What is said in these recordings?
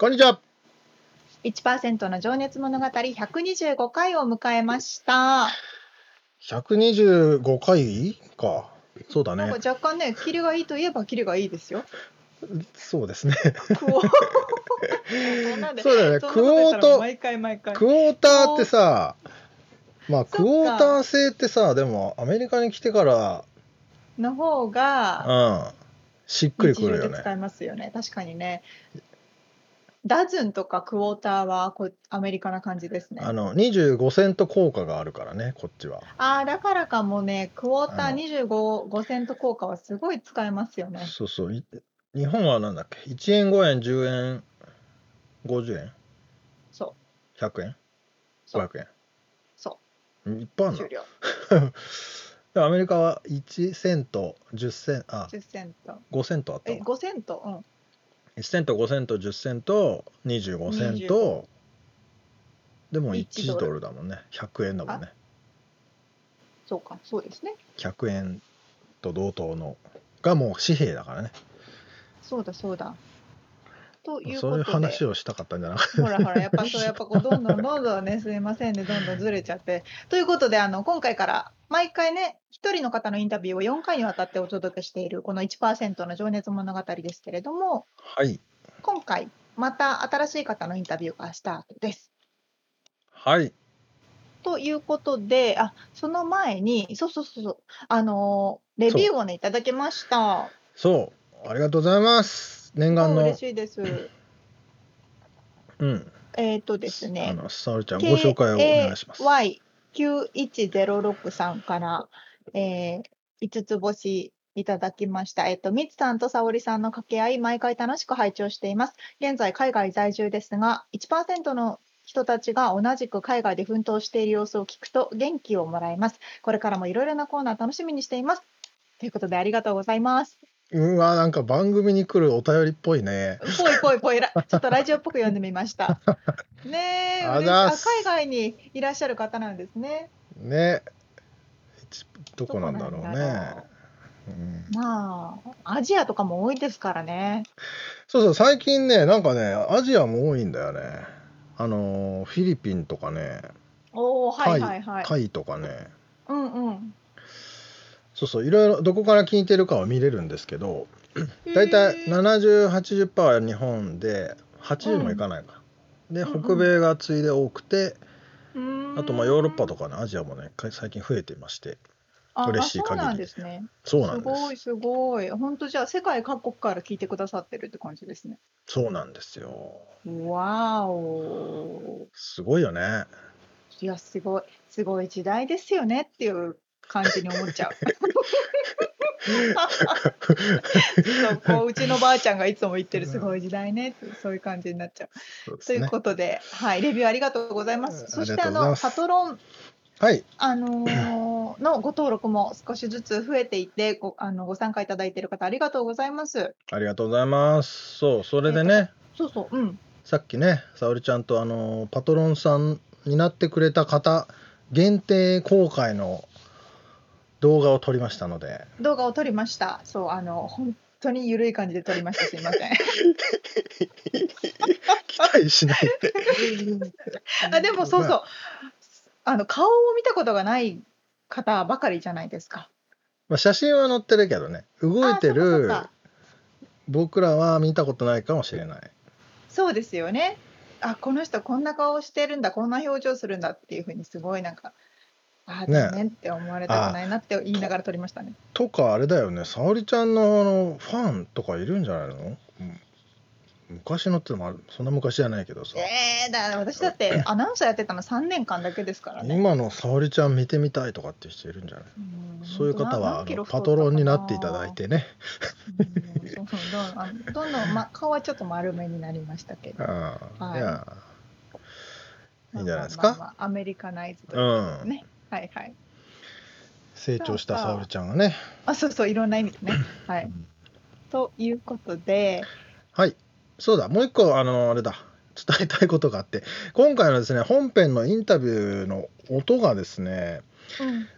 こんにちは。 1%の情熱物語125回を迎えました、 125回か。そうだなんね。か若干ねキレがいいといえばキレがいい ですよそうですね。クオ そんなんで そうだよね。そんなクことオ言っーたらト、毎回毎回クォーターってさ、まあそっかクォーター制ってさ、でもアメリカに来てから、の方がうん、しっくり日くる常よでね使。えますよね確かにねダズンとかクォーターはこうアメリカな感じですねあの、25セント効果があるからね、こっちは。ああだからかもねクォーターあの25 5セント効果はすごい使えますよねそうそう。い日本はなんだっけ ?1 円、5円、10円、50円、そ100円、そう500円。。そういっぱいある終了 の。アメリカは1セント、10セント、あ、 10セント5セントあったえわ5セントうん1セント5セント10セント25セン25トでも1 1ドルだもんね100円だもんねそうかそうですね100円と同等のがもう紙幣だからねそうだそうだというそういうことで話をしたかったんじゃなかっほらほら、やっぱそう、やっぱこう、どんどんどんどんね、すいませんね、どんどんずれちゃって。ということで、あの、今回から、毎回ね、一人の方のインタビューを4回にわたってお届けしている、この1%の情熱物語ですけれども、 たはい今回、また新しい方のインタビューがスタートです。はいということで、あ、その前に、そうそうそうそう、あのー、レビューをね、いただきました。そうありがとうございます念願もうの嬉しいです。うんえっ、とですあね、の沙織ちゃんご紹介をお願いします、 KAY91063 から、えー、5つ星いただきました。えっと、みつさんとさおりさんの掛け合い、毎回楽しく拝聴しています。現在、海外在住ですが、1%の人たちが同じく海外で奮闘している様子を聞くと元気をもらえます。これからもいろいろなコーナー楽しみにしています。ということで、ありがとうございます。うわなんか番組に来るお便りっぽいねぽいぽいぽ いら、ちょっとラジオっぽく読んでみました。ねえ、あ嬉しいざあっす海外にいらっしゃる方なんですね。ね一どこなんだろうどこなんだねろううんまあ、アジアとかも多いですからね。そうそう、最近ね、なんかね、アジアも多いんだよね。あのー、フィリピンとかね、おお、はタいイ、はいはい。タイとかね、うんうん。そうそう、いろいろどこから聞いてるかは見れるんですけど、だいたいへー70、80%は日本で、80もいかないか。で、うんうん北米が次いで多くて、うーんあとまあヨーロッパとかね、アジアもね、か最近増えていまして、あ嬉しいあ限りそうなんですね。そうなすんでごいす。すごい。本当じゃあ世界各国から聞いてくださってるって感じですね。そうなんですよ。わーお。すごいよね。いやすごいすごい時代ですよねっていう感じに思っち ゃう。そうこううちのばあちゃんがいつも言ってるすごい時代ねってそういう感じになっちゃう。そうでとすいうね。ことで、はい、レビューありがとうございまうす。んそしあてありがとうございのますパトロンはい、あの ーのご登録も少しずつ増えていて、ごあのご参加いただいている方ありがとうございます。ありがとうございます。そう、それでね、そうそう、うん、さっきね、沙織ちゃんとあのパトロンさんになってくれた方限定公開の動画を撮りましたので、動画を撮りました。そうあの本当に緩い感じで撮りました。すいま せん。期待しない って。あでもそうそう、あの顔を見たことがない方ばかりじゃないですか。まあ、写真は載ってるけどね、動いてあそうるかそうか僕らは見たことないかもしれない。そうですよね。あこの人こんな顔してるんだこんな表情するんだっていうふうにすごいなんかああ残念って思われたくないなって言いながら撮りましたねとかあれだよね沙織ちゃんのあのファンとかいるんじゃないの、うん昔のってのもあるそんな昔じゃないけどさ、えー、だから私だ ってアナウンサーやってたの3年間だけですからね今の沙織ちゃん見てみたいとかって人いるんじゃないんそういう方はあ何キのロ太パったかトロンになっていただいてねうんそうそうどんあのどんどん、ま、顔はちょっと丸めになりましたけどああ、はいいやいいんじゃないですまあまあか、まあアメリカナイズといううかんね、はいはい成長した沙織ちゃんがね、あそうそういろんな意味でねはういんということではいそうだもう一個あのあれだ伝えたいことがあって今回のですね本編のインタビューの音がですね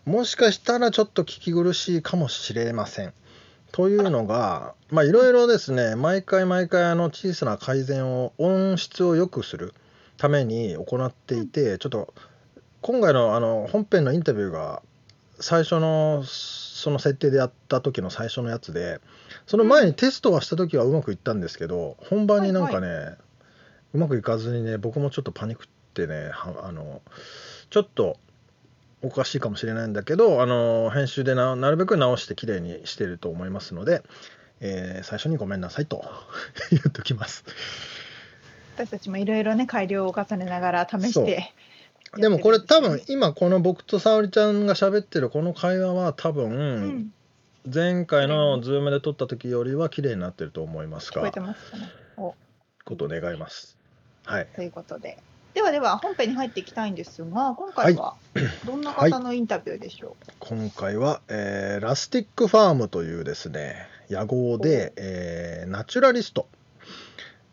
うんもしかしたらちょっと聞き苦しいかもしれません。というのがまあいろいろですね毎回毎回あの小さな改善を音質を良くするために行っていて、ちょっと今回のあの本編のインタビューが最初のその設定でやった時の最初のやつでその前にテストはした時はうまくいったんですけど本番になんかね、うまくいかずにね僕もちょっとパニックってねはあのちょっとおかしいかもしれないんだけどあの編集でななるべく直して綺麗にしてると思いますので、えー最初にごめんなさいと 言っときます私たちもいろいろね改良を重ねながら試してやってるんでもこれすよ多ね分今この僕と沙織ちゃんが喋ってるこの会話は多う分ん前回の Zoom で撮った時よりは綺麗になってると思います聞こえがてますかねことを願いますはいということでではでは本編に入っていきたいんですが今回はどんな方のインタビューでしょ今回は、えーラスティックファームというですね野号で、えーナチュラリスト、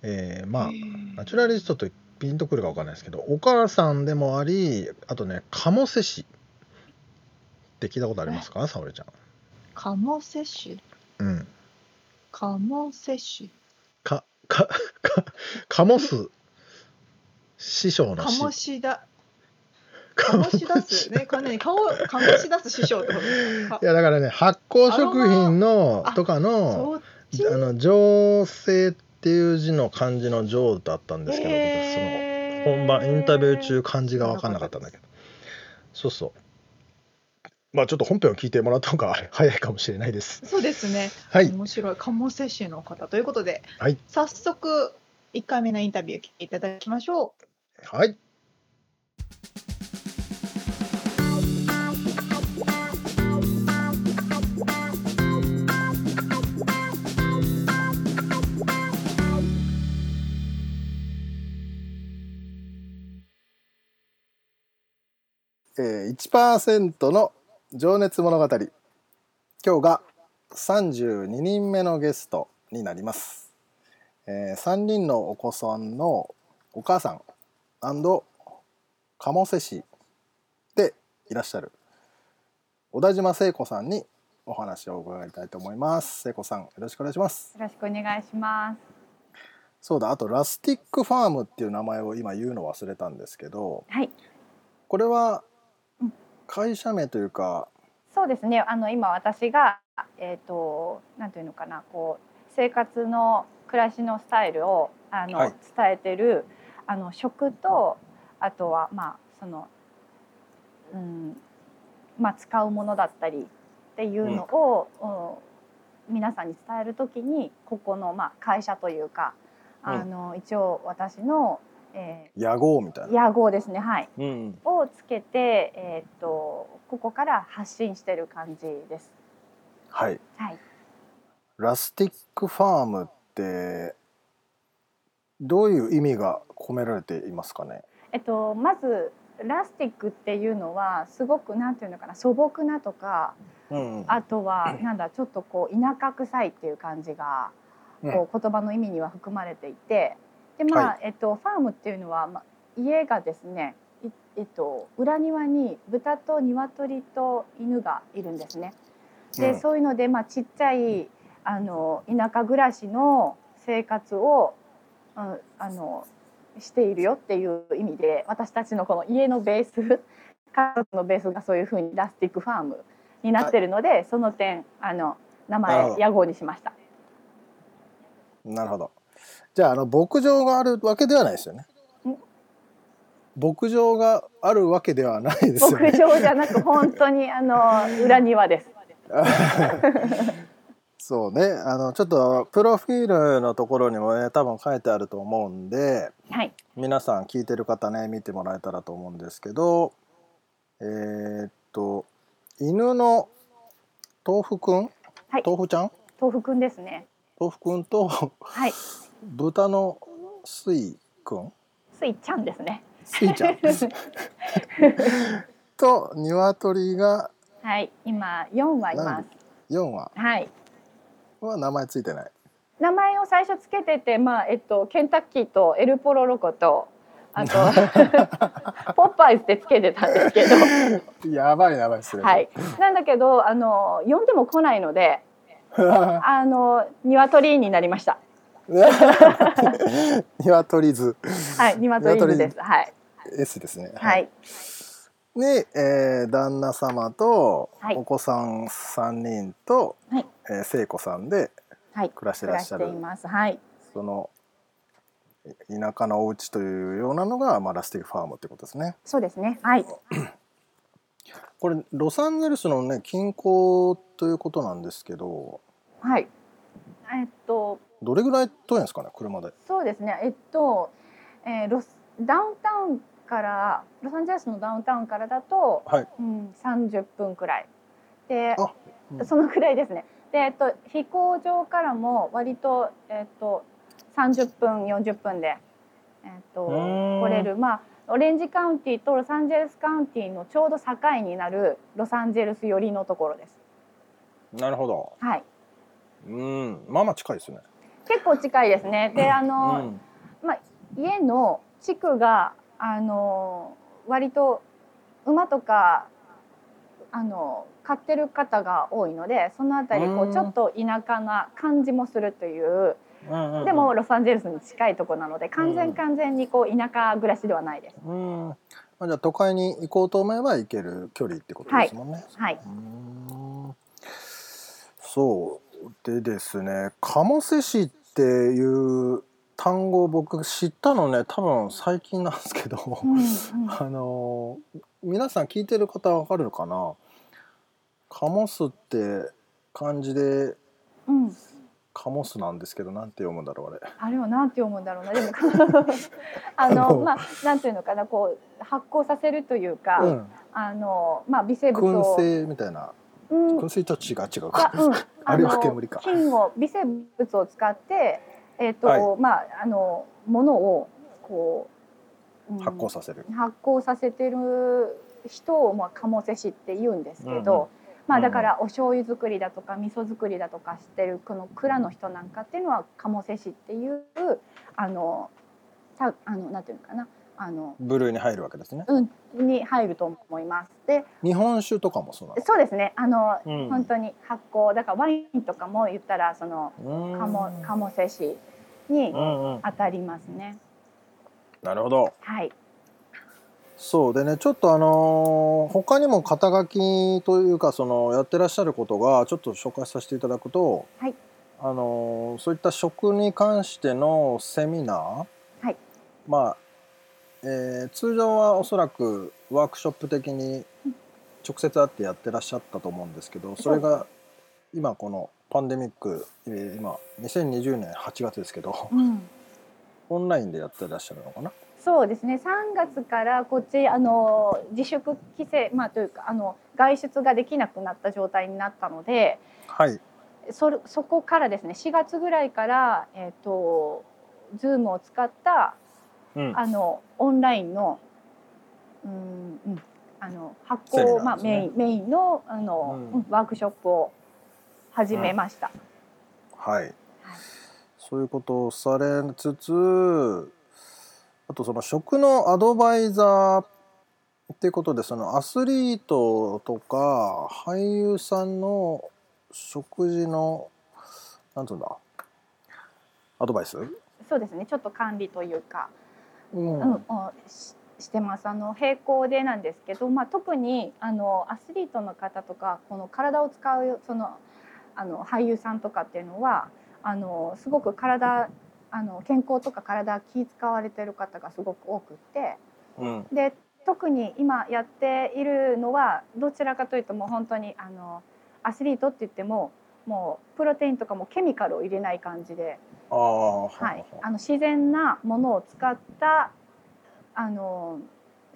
えーう、まあへーナチュラリストとピンとくるかわかんないですけどお母さんでもありあとね鴨瀬市って聞いたことありますか沙織ちゃん。鴨瀬市うん、鴨瀬市かかか鴨須師匠の鴨師志田鴨志田すねこれね顔鴨志田す師匠ってことですかいやだからね発酵食品のあとかのそっちあの情勢っていう字の漢字の情だったんですけど、へー僕その本番インタビュー中漢字が分かんなかったんだけどそうそうまあちょっと本編を聞いてもらった方が早いかもしれないですそうですねはい面白い鴨瀬市の方ということで、はい早速1回目のインタビュー聞いていただきましょうはいえー、1%の情熱物語今日が32人目のゲストになります、え3人のお子さんのお母さん鴨瀬市でいらっしゃる小田島聖子さんにお話を伺いたいと思います聖子さんよろしくお願いしますよろしくお願いします。そうだあとラスティックファームっていう名前を今言うの忘れたんですけどはい。これはうん会社名というかそうですね。あの今私がえっ、となんていうのかな、こう生活の暮らしのスタイルをあの、はい伝えてるあの食とあとはまあそのうんまあ使うものだったりっていうのを、うん皆さんに伝えるときにここのまあ会社というかあの、一応私の、え野号みたいなー、屋号ですね。はい。うん、をつけて、えーっとここから発信してる感じです。はい。はい。ラスティックファームってどういう意味が込められていますかね。えっとまずラスティックっていうのはすごくなんていうのかな素朴なとかうんうんあとはなんだちょっとこう田舎臭いっていう感じがこう言葉の意味には含まれていてでまあ、はえっとファームっていうのは、まあ、家がですねいえっと裏庭に豚と鶏と犬がいるんですね。で、うんそういうのでまあちっちゃいあの田舎暮らしの生活を、うん、あのしているよっていう意味で私たちのこの家のベース 家族のベースがそういうふうにラスティックファームになってるので、その点あの名なるほ前ど屋号にしました。なるほど。じゃああの牧場があるわけではないですよね。牧場があるわけではないですよね牧場じゃなく本当にあの裏庭です。そうねあのちょっとプロフィールのところにもね多分書いてあると思うんではい。皆さん聞いてる方ね見てもらえたらと思うんですけどえーっと犬の豆腐くん、はい豆腐ちゃん豆腐くんですね。豆腐くんと はい。豚のスイくんスイちゃんですね。スイち ゃんと鶏がはい。今四羽います。 4羽はい。は名前ついてない名前を最初つけてて、まあえっとケンタッキーとエルポロロコと あとポッパイズってつけてたんで すけど、やばい名前する はい。 なんだけどあの呼んでも来ないので、鶏あの鶏になりました。図はい。鶏です。はい。 S ですね。はい。で、えー旦那様とはいお子さん3人と、はいえー聖子さんではい。暮らして暮ららっししゃてるいます。はい。その田舎のお家というようなのが、まあ、ラスティックファームってことですね。そうですね。はい。これロサンゼルスのね近郊ということなんですけどはい。えっと、どれぐらい遠いんですかね車で。そうですね。えっと、えーロスダウンタウンからロサンゼルスのダウンタウンからだと、はいうん、30分くらいであ、うんそのくらいですね。で、えっと飛行場からも割とえっと30分40分でえっとうーん来れるまあ。オレンジカウンティとロサンゼルスカウンティのちょうど境になるロサンゼルス寄りのところです。なるほど。はい、うんまあまあ近いですね。結構近いですね。で、あの、うん家の地区があの割と馬とかあの飼ってる方が多いのでそのあたりこうんうちょっと田舎な感じもするといううんうんうんでもロサンゼルスに近いとこなので完全完全にこう田舎暮らしではないです。うん、まあ、じゃあ都会に行こうと思えば行ける距離ってことですもんね。はい、うーんそうでですね鴨瀬市っていう単語を僕知ったのね多分最近なんですけど、うんうんあのー皆さん聞いてる方わかるかな鴨スって漢字でうん、鴨スなんですけどなんて読むんだろうあれ。あれはなんて読むんだろう なでもあのまあなんていうのかなこう発酵させるというか、うん、あのまあ微生物燻を、製みたいなうん燻製と違う違うがか。うん、あれはの煙か菌を微生物を使って、えっ、と、はまああのものをこう、うん発酵させる。発酵させてる人をまあ鴨せしって言うんですうんけど、うんまうあんうんだからお醤油作りだとか味噌作りだとかしてるこの蔵の人なんかっていうのは鴨せしっていうあのたあのなんていうのかなあの部類に入るわけですね。うんに入ると思います。で日本酒とかもそうなそうですねあの、うん本当に発酵だからワインとかも言ったらそのの。鴨鴨瀬市にうんうん。当たりますね。なるほど。はいそうでねちょっとあのー他にも肩書きというかそのやってらっしゃることがちょっと紹介させていただくと、はいあのーそういった食に関してのセミナー、はいまあ、えー通常はおそらくワークショップ的に直接会ってやってらっしゃったと思うんですけどそれが今このパンデミック、えー今2020年8月ですけどうん、オンラインでやってらっしゃるのかなそうですね3月からこっちあの自粛規制、まあ、というかあの外出ができなくなった状態になったのではいそそこからですね4月ぐらいから、えー、と Zoom を使ったうんあのオンラインのうんうんあの発セミナ行、ーまあ、ですねメインメインのあの、うんうんワークショップを始めました。はいそういうことをされつつあとその食のアドバイザーっていうことでそのアスリートとか俳優さんの食事のなんつうんだアドバイス、そうですねちょっと管理というか、うんうんをししてますあの並行でなんですけど、まあ、特にあのアスリートの方とかこの体を使うそのあの俳優さんとかっていうのはあのすごく体あの健康とか体気使われてる方がすごく多くってうんで特に今やっているのはどちらかというともう本当にあのアスリートって言ってももうプロテインとかもケミカルを入れない感じで、ああはい、あの自然なものを使ったあの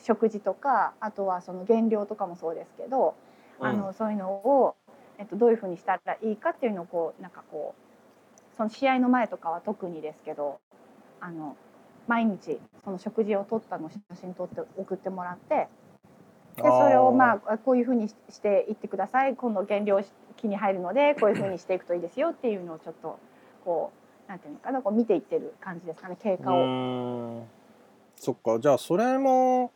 食事とかあとはその原料とかもそうですけど、あのそういうのを、えっと、どういうふうにしたらいいかっていうのをこうなんかこうその試合の前とかは特にですけどあの毎日その食事を撮ったのを写真撮って送ってもらってでそれをまあこういうふうにししていってください今度原料機に入るのでこういうふうにしていくといいですよっていうのをちょっとこうなんていうのかなこう見ていってる感じですかね経過うを。ーんそっかじゃあそれも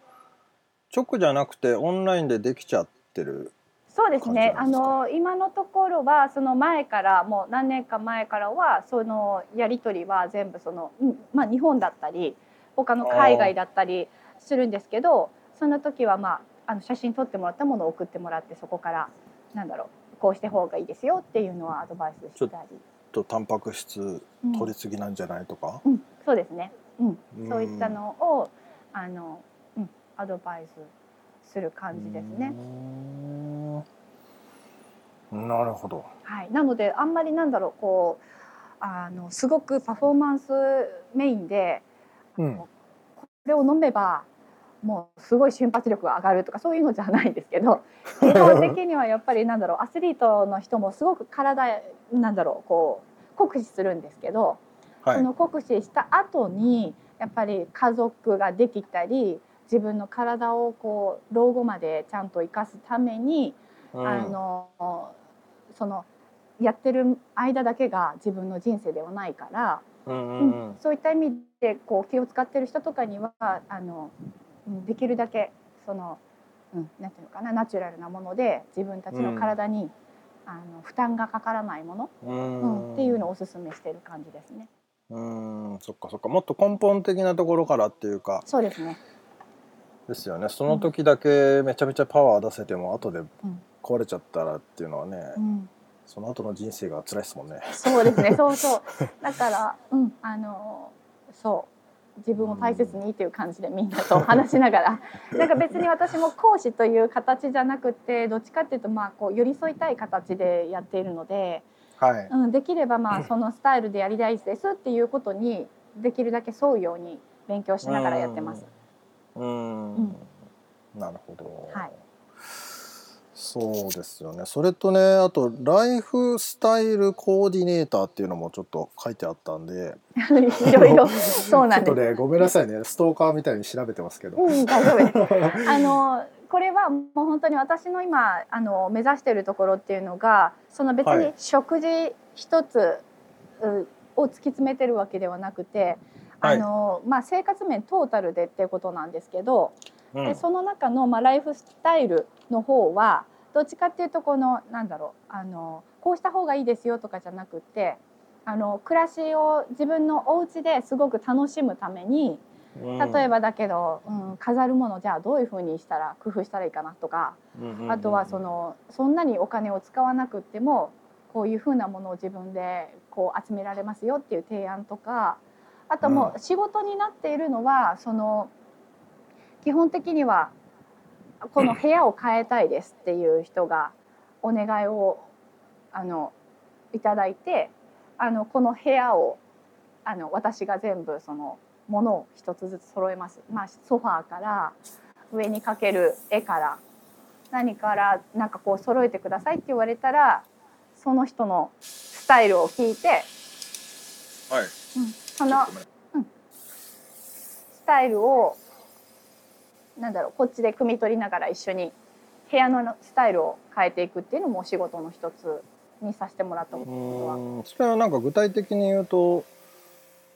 直じゃなくてオンラインでできちゃってるそうですね。あ感じなんの今のところはその前からもう何年か前からはそのやり取りは全部そのうんまあ日本だったり他の海外だったりするんですけど、その時はまああの写真撮ってもらったものを送ってもらってそこからなんだろうこうして方がいいですよっていうのはアドバイスしたり、とタンパク質うん取りすぎなんじゃないとか、うんそうですね。うん、んそういったのをあのうんアドバイスする感じですね。うーんなるほどはい、なのであんまりなんだろうこうあのすごくパフォーマンスメインでうんこれを飲めばもうすごい瞬発力が上がるとかそういうのじゃないんですけど基本的にはやっぱりなんだろうアスリートの人もすごく体なんだろうこう酷使するんですけど、はそいの酷使した後にやっぱり家族ができたり自分の体をこう老後までちゃんと生かすためにうんあのそのやってる間だけが自分の人生ではないから、うんうんうんそういった意味でこう気を使ってる人とかにはあのうんできるだけその、うん、なんていうのかなナチュラルなもので自分たちの体に、あの負担がかからないもの、うんっていうのをおすすめしてる感じですね。うんそっかそっかもっと根本的なところからっていうかそうですね。ですよねその時だけめちゃめちゃパワー出せても後でん壊れちゃったらっていうのはね、うん、その後の人生が辛いですもんねそうです ね。そうそう。だから、うん、あの、そう。自分を大切にっていう感じでみんなと話しなが らなんか別に私も講師という形じゃなくてどっちかっていうとまあこう寄り添いたい形でやっているので、はいうん、できればまあそのスタイルでやりたいですっていうことにできるだけ沿うように勉強しながらやってます。うん、うんなるほど、はいそうですよねそれとねあとライフスタイルコーディネーターっていうのもちょっと書いてあったんで いろいろそうなちんょですっと。ねごめんなさいねストーカーみたいに調べてますけど、うん、大丈夫 です。あのこれはもう本当に私の今あの目指しているところっていうのがその別はにい食事一つ、うを突き詰めてるわけではなくて、はいあのまあ生活面トータルでっていうことなんですけど、うんでその中のまあライフスタイルの方はどっちかっていうとこのなんだろうあのこうした方がいいですよとかじゃなくて。あの暮らしを自分のお家ですごく楽しむために例えばだけど、うん、飾るものじゃあどういうふうにしたら工夫したらいいかなとか、うんうんうんあとはそのそんなにお金を使わなくってもこういうふうなものを自分でこう集められますよっていう提案とかあともうう仕事になっているのはその基本的にはこの部屋を変えたいですっていう人がお願いをあのいただいてあのこの部屋をあの私が全部そのものを一つずつ揃えます、まあ、ソファーから上にかける絵から何からなんかこう揃えてくださいって言われたらその人のスタイルを聞いて、はいうんそのスタイルをなんだろうこっちで汲み取りながら一緒に部屋のスタイルを変えていくっていうのもお仕事の一つにさせてもらったこうとはんそれはなんか具体的に言うと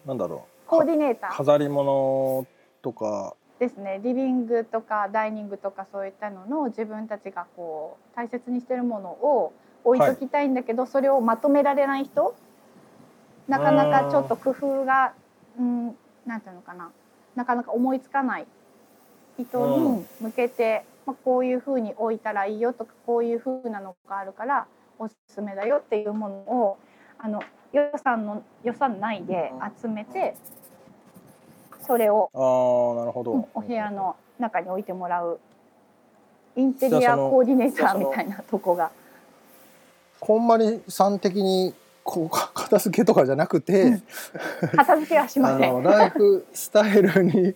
なんだろうコーディネーター飾り物とかですねリビングとかダイニングとかそういったのの自分たちがこう大切にしてるものを置いときたいんだけど、それをまとめられない人なかなかちょっと工夫がうんなんていうのかななかなか思いつかない人に向けて、まあ、こういうふうに置いたらいいよとかこういうふうなのがあるからおすすめだよっていうものをあの予算の予算内で集めてそれをあーなるほど、うんお部屋の中に置いてもらうインテじリゃあアそのコーディネーじゃあタそーのみたいなとこがこんまりさん的にこうか片付けとかじゃなくて、片付けはしあませのん。ライフスタイルに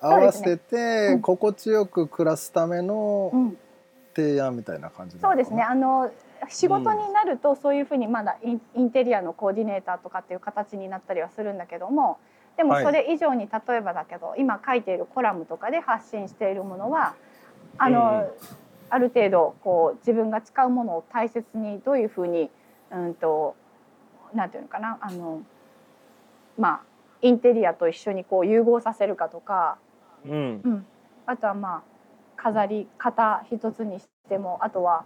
合わせて、うん心地よく暮らすためうのん、提案みたいな感じなそのうかなですねあの仕事になるとそういうふうにまだインインテリアのコーディネーターとかっていう形になったりはするんだけどもでもはいそれ以上に例えばだけど、今書いているコラムとかで発信しているものはあの、ある程度こう自分が使うものを大切にどういうふうにうんとなんていうのかなあのまあインテリアと一緒にこう融合させるかとか、うんうん、あとはまあ飾り方一つにしてもあとは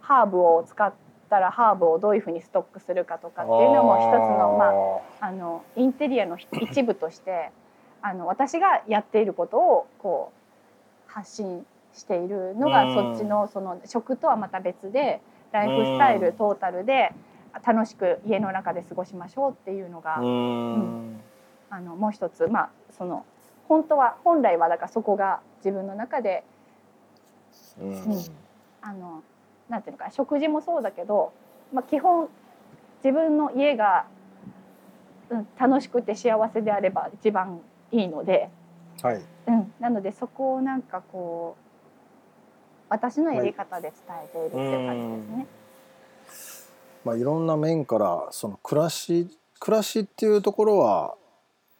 ハーブを使ったらハーブをどういうふうにストックするかとかっていうのも一つのまああのインテリアのひ一部としてあの私がやっていることをこう発信しているのうがんそっちのその食とはまた別でライフスタイうんルトータルで楽しく家の中で過ごしましょうっていうのが、あーうんあのもう一つまあその本当は本来はだからそこが自分の中でうんうんあのなんていうのか食事もそうだけど、まあ、基本自分の家が、うん、楽しくて幸せであれば一番いいので、はいうん、なのでそこをなんかこう私のやり方で伝えているっていう感じですね。まあ、いろんな面からその暮らし暮らしっていうところは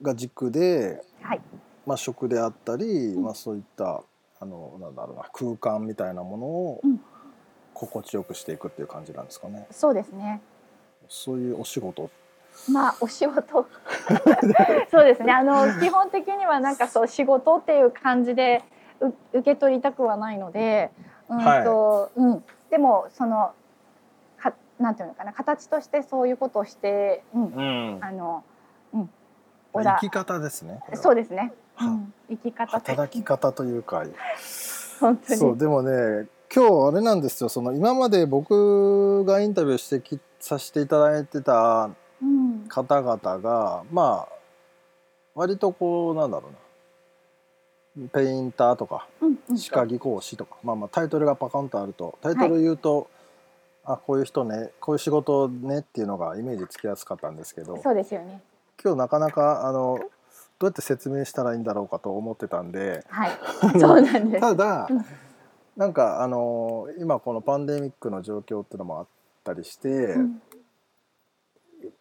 が軸で、はいまあ、食であったり、んまあ、そういったあのなんだろうな空間みたいなものをうん心地よくしていくっていう感じなんですかね。そうですね。そういうお仕事まあお仕 事そうですねあの基本的にはなんかそう仕事っていう感じでう受け取りたくはないのでうんと、うん、でもそのかなんていうのかな形としてそういうことをして、うん、うんあの、うん、小生田き方ですね。これはそうですね、うはん、生き方という働き方というか、本当にそうでもね今日あれなんですよその今まで僕がインタビューしてきさせていただいてたうん方々がまあ割とこうなんだろうなペインターとかうんうん、歯科技工士とか、まあまあタイトルがパカンとあるとタイトル言うと、あこういう人ねこういう仕事ねっていうのがイメージつきやすかったんですけどそうですよね今日なかなかあのどうやって説明したらいいんだろうかと思ってたんで はい そうなんですただうんなんかあの今このパンデミックの状況っていうのもあったりして、うん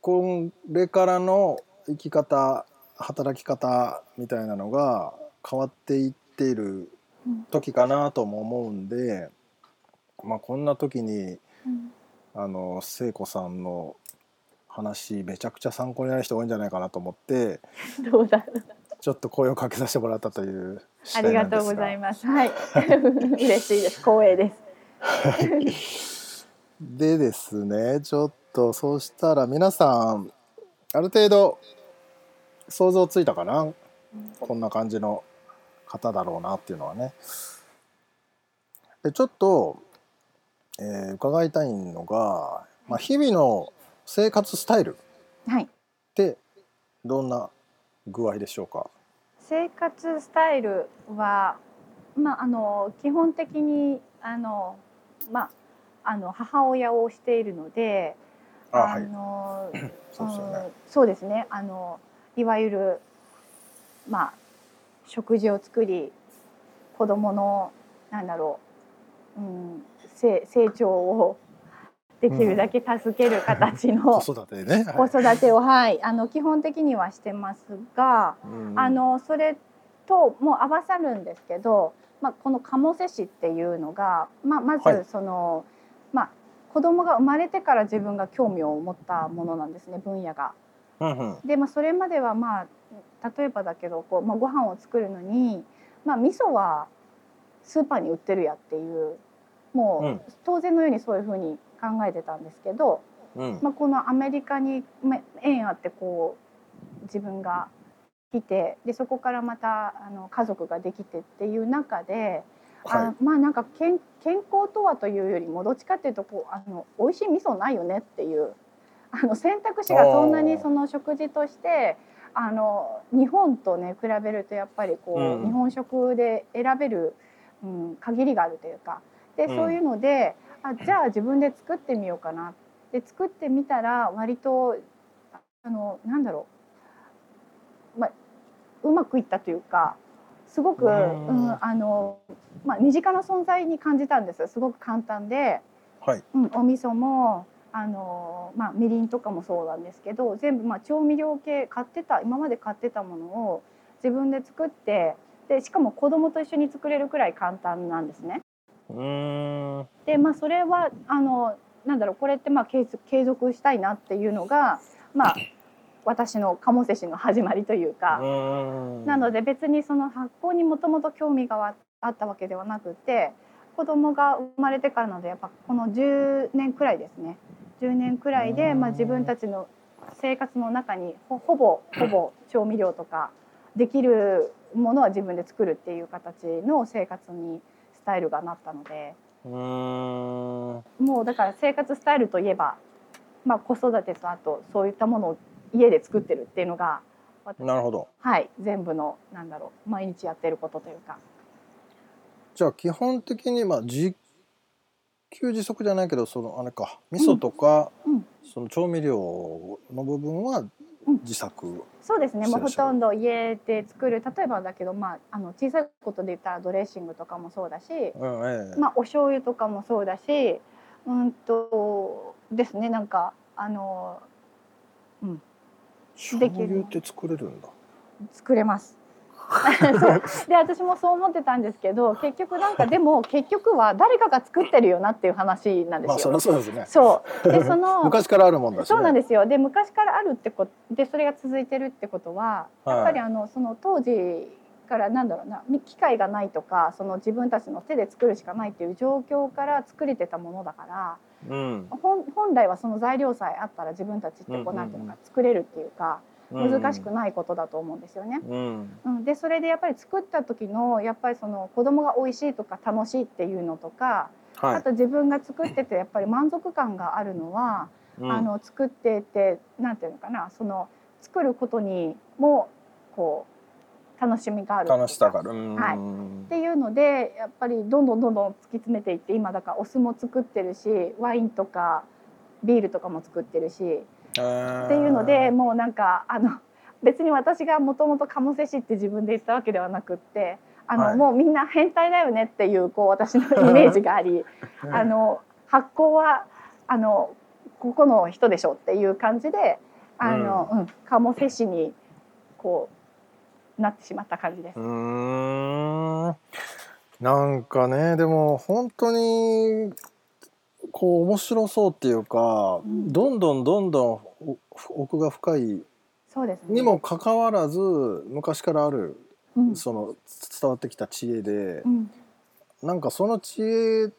これからの生き方働き方みたいなのが変わっていっている時かなとも思うんで、まあ、こんな時にうんあの聖子さんの話めちゃくちゃ参考になる人多いんじゃないかなと思ってどうだろうちょっと声をかけさせてもらったというあ次第りながんでとうすございがます。 はい、嬉しいです。光栄です。でですねちょっとそうしたら皆さんある程度想像ついたかなこんな感じの方だろうなっていうのはね。でちょっと、えー伺いたいのが、まあ、日々の生活スタイルっはい、てどんな具合でしょうか生活スタイルは、まあ、あの、基本的に、あの、まあ、あの、母親をしているので。あはいの、そうですよね。んそうですね。あの、いわゆる、まあ、食事を作り、子供の、なんだろう、うん、せ成長をできるだけ助ける形の、 子育てね。子はい育てを、はい、あの基本的にはしてますが、うんあのそれともう合わさるんですけど、まあ、この鴨瀬市っていうのが、まあ、まはいずその、まあ、子供が生まれてから自分が興味を持ったものなんですね分野が。うんうんで、まあ、それまでは、まあ、例えばだけどこう、まあ、ご飯を作るのに、まあ、味噌はスーパーに売ってるやっていううもんう当然のようにそういうふうに考えてたんですけど、うんまあ、このアメリカにめ縁あってこう自分が来てでそこからまたあの家族ができてっていう中で、はあまあなんか健健康とはというよりもどっちかっていうとこうあの美味しい味噌ないよねっていうあの選択肢がそんなにその食事としてあの日本とね比べるとやっぱりこう、うん日本食で選べる、うん、限りがあるというかで、うんそういうのであじゃあ自分で作ってみようかなで作ってみたら割とあのなんだろう、まあ、うまくいったというかすごく、ううんんあのまあ、身近な存在に感じたんですすごく簡単で。はい。うん、お味噌もあのーまあみりんとかもそうなんですけど全部まあ調味料系買ってた今まで買ってたものを自分で作ってでしかも子供と一緒に作れるくらい簡単なんですね。うーん。でまあそれはあのなんだろうこれってまあ継続継続したいなっていうのがまあ私の鴨瀬氏の始まりというか。なので。で別にその発酵にもともと興味があったわけではなくて子供が生まれてからなのでやっぱこの10年くらいですね10年くらいうで、んまあ、自分たちの生活の中にほほぼほぼ調味料とかできるものは自分で作るっていう形の生活にスタイルがなったのでうーん。もうだから生活スタイルといえば、まあ、子育てとあとそういったものを家で作ってるっていうのがなるほど。はい、全部のなんだろう毎日やってることというか、じゃあ基本的にまあ自給自足じゃないけどそのあれか味噌とか、うんうんその調味料の部分はうん自作。そうですねもうほそうそうとんど家で作る例えばだけど、まあ、あの小さいことで言ったらドレッシングとかもそうだし、うんええまあ、お醤油とかもそうだしうんとですねなんかあの醤油って作れるんだ。作れます。 そうで私もそう思ってたんですけど結局なんかでも結局は誰かが作ってるよなっていう話なんでまあすそよ。りゃそう ですね。そうでその昔からあるもんだし、ね。そうなんでですよで昔からあるってこでそれが続いてるってことは、はいやっぱりあのその当時からなんだろうなみ機械がないとかその自分たちの手で作るしかないっていう状況から作れてたものだからす。うん。本本来はその材料さえあったら自分たちってうんうんうこんうなんていうのか作れるっていうか難しくい。ないことだと思うんですよね。うん。うん、でそれでやっぱり作った時のやっぱりその子供が美味しいとか楽しいっていうのとか、はあい。と自分が作っててやっぱり満足感があるのはうんあの作っててなんていうのかなその作ることにもこう楽しみがある楽しさがある。はいいっていうのでやっぱりどんどんどんどん突き詰めていって今だからお酢も作ってるしワインとかビールとかも作ってるしっえーていうのでもうなんかあの別に私がもともと鴨瀬市って自分で言ったわけではなくってあの、はいもうみんな変態だよねっていうこう私 のイメージがあり。あの発酵はあのここの人でしょっていう感じであの、うん鴨瀬市にこうなってしまった感じです。うーんなんかねでも本当にこう面白そうっていうか、うんどんどんどんどんお奥が深いそうですね。にもかかわらず昔からあるうん、その伝わってきた知恵でう、ん、なんかその知恵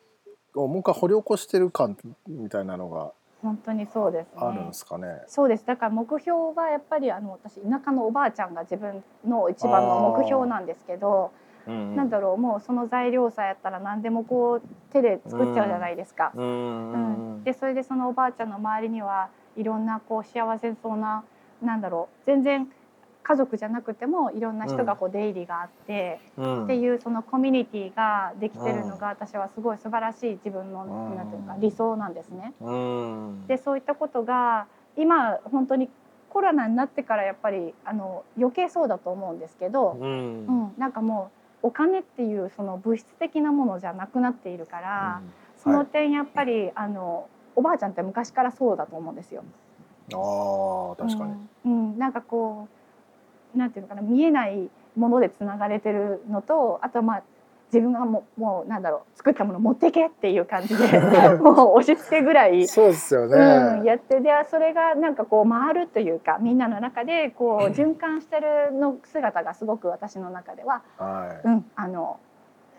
をもう一回掘り起こしてる感みたいなのが本当にそうです、ね。あるんですかね。そうですだから目標はやっぱりあの私田舎のおばあちゃんが自分の一番の目標なんですけど、うんなんだろうもうその材料さえあったら何でもこう手で作っちゃうじゃないですか。うーうんんでそれでそのおばあちゃんの周りにはいろんなこう幸せそうななんだろう全然家族じゃなくてもいろんな人がこう出入りがあって、うんっていうそのコミュニティができてるのが私はすごい素晴らしい自分のうんなんていうか理想なんですね。うんでそういったことが今本当にコロナになってからやっぱりあの余計そうだと思うんですけど、うんうん、なんかもうお金っていうその物質的なものじゃなくなっているから。その点やっぱり、あのおばあちゃんって昔からそうだと思うんですよ。ああ確かに、うん、うんなんかこうなんていうのかな見えないものでつながれてるのとあとまあ自分がもうもうなんだろう作ったもの持ってけっていう感じ でもう押し付けぐらい、そうですよね、うん、やってでそれがなんかこう回るというかみんなの中でこう循環してるの姿がすごく私の中でははいうん、あの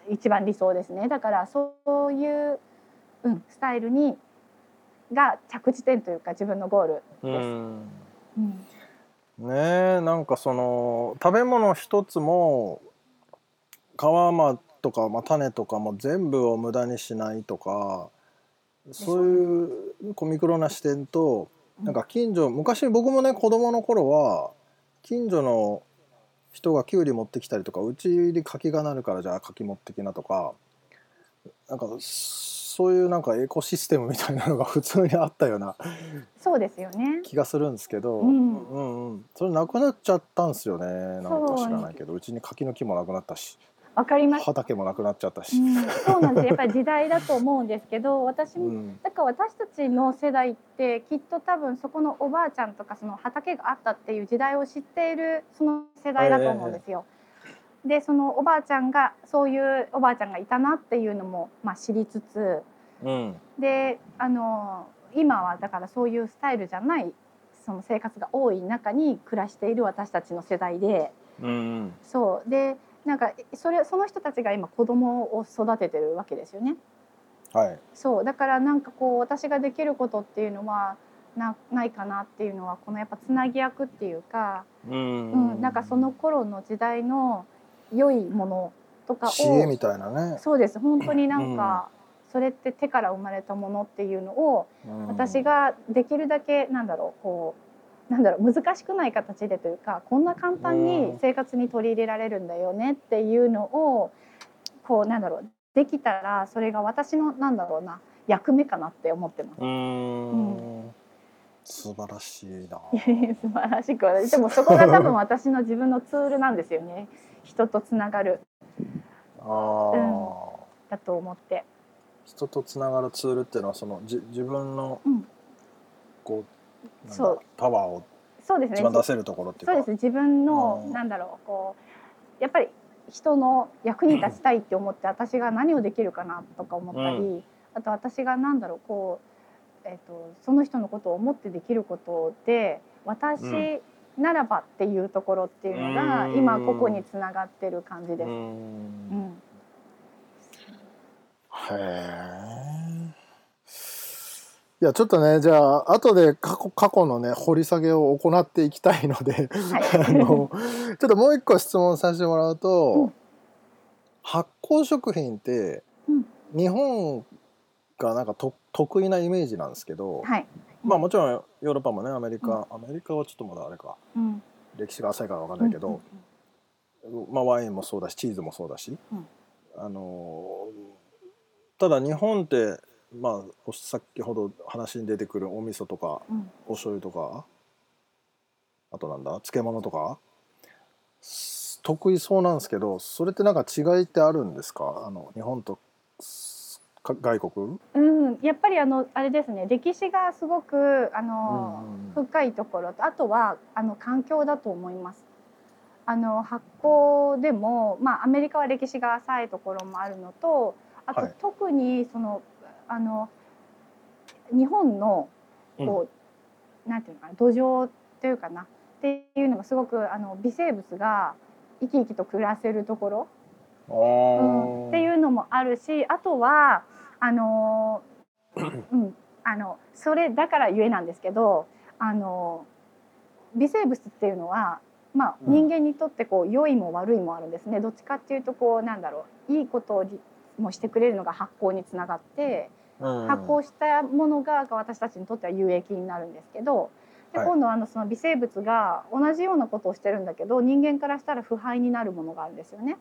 一番理想ですねだからそういう、うん、スタイルにが着地点というか自分のゴール、うんうんねえなんかその食べ物一つも皮まとか、まあ、種とかも全部を無駄にしないとかそういうコミクロな視点となんか近所昔僕もね子供の頃は近所の人がきゅうり持ってきたりとかうちに柿がなるからじゃあ柿持ってきなとかなんかそういうなんかエコシステムみたいなのが普通にあったようなそうですよね。気がするんですけど、うんうんうんそれなくなっちゃったんですよねなんか知らないけどうちに柿の木もなくなったしわかります。畑もなくなっちゃったうし。ん、そうなんです。やっぱり時代だと思うんですけど、私うもんだから私たちの世代ってきっと多分そこのおばあちゃんとかその畑があったっていう時代を知っているその世代だと思うんですよ。でそのおばあちゃんがそういうおばあちゃんがいたなっていうのも、まあ、知りつつうんであの今はだからそういうスタイルじゃないその生活が多い中に暮らしている私たちの世代でうんそうでなんかそれその人たちが今子供を育ててるわけですよね。はいそうだからなんかこう私ができることっていうのはなないかなっていうのはこのやっぱつなぎ役っていうか、ううんなんかその頃の時代の良いものとか知恵をみたいなね、そうです本当になんか、それって手から生まれたものっていうのをうん私ができるだけなんだろうこうなんだろう難しくない形でというかこんな簡単に生活に取り入れられるんだよねっていうのをこうなんだろうできたらそれが私のなんだろうな役目かなって思っ てます。うーん素晴らしいな。素晴らしくはないでもそこが多分私の自分のツールなんですよね人とつながるあーだと思って。人とつながるツールっていうのはそのじ自分のうんこう,、そうパワーをそうですね一番出せるところっていうそかうですね自分のうんなんだろうこうやっぱり人の役に立ちたいって思って私が何をできるかなとか思ったり、うあと私がなんだろうこう、えっとその人のことを思ってできることで私うんならばっていうところっていうのが、うん今ここにつながってる感じでうーす。うんんへえいやちょっとねじゃあ後で過去過去のね掘り下げを行っていきたいのではいあのちょっともう一個質問させてもらうと、うん発酵食品ってうん日本がなんかと得意なイメージなんですけど、はいまあもちろんヨーロッパもねアメリカ、アメリカはちょっとまだあれかうん歴史が浅いからわかんないけど、まあ、ワインもそうだしチーズもそうだし、うんあのーただ日本って、まあ、先ほど話に出てくるお味噌とかうんうんお醤油とかあとなんだ漬物とかす得意そうなんですけどそれってなんか違いってあるんですかあの日本とすか外国、うん、やっぱりあのあれですね歴史がすごくあの、うん深いところとあとはあの環境だと思います。あの発酵でも、まあ、アメリカは歴史が浅いところもあるのとあと、はい特にそのあの日本のこう、なんていうのかな土壌というかなっていうのがすごくあの微生物が生き生きと暮らせるところあうんーっていうのもあるしあとはあのーうん、あのそれだからゆえなんですけどあのー微生物っていうのは、まあ、うん人間にとってこう良いも悪いもあるんですねどっちかっていうとこうなんだろういいことをりもしてくれるのが発酵につながってうん発酵したものが私たちにとっては有益になるんですけど。ではい今度はあのその微生物が同じようなことをしてるんだけど人間からしたら腐敗になるものがあるんですよね。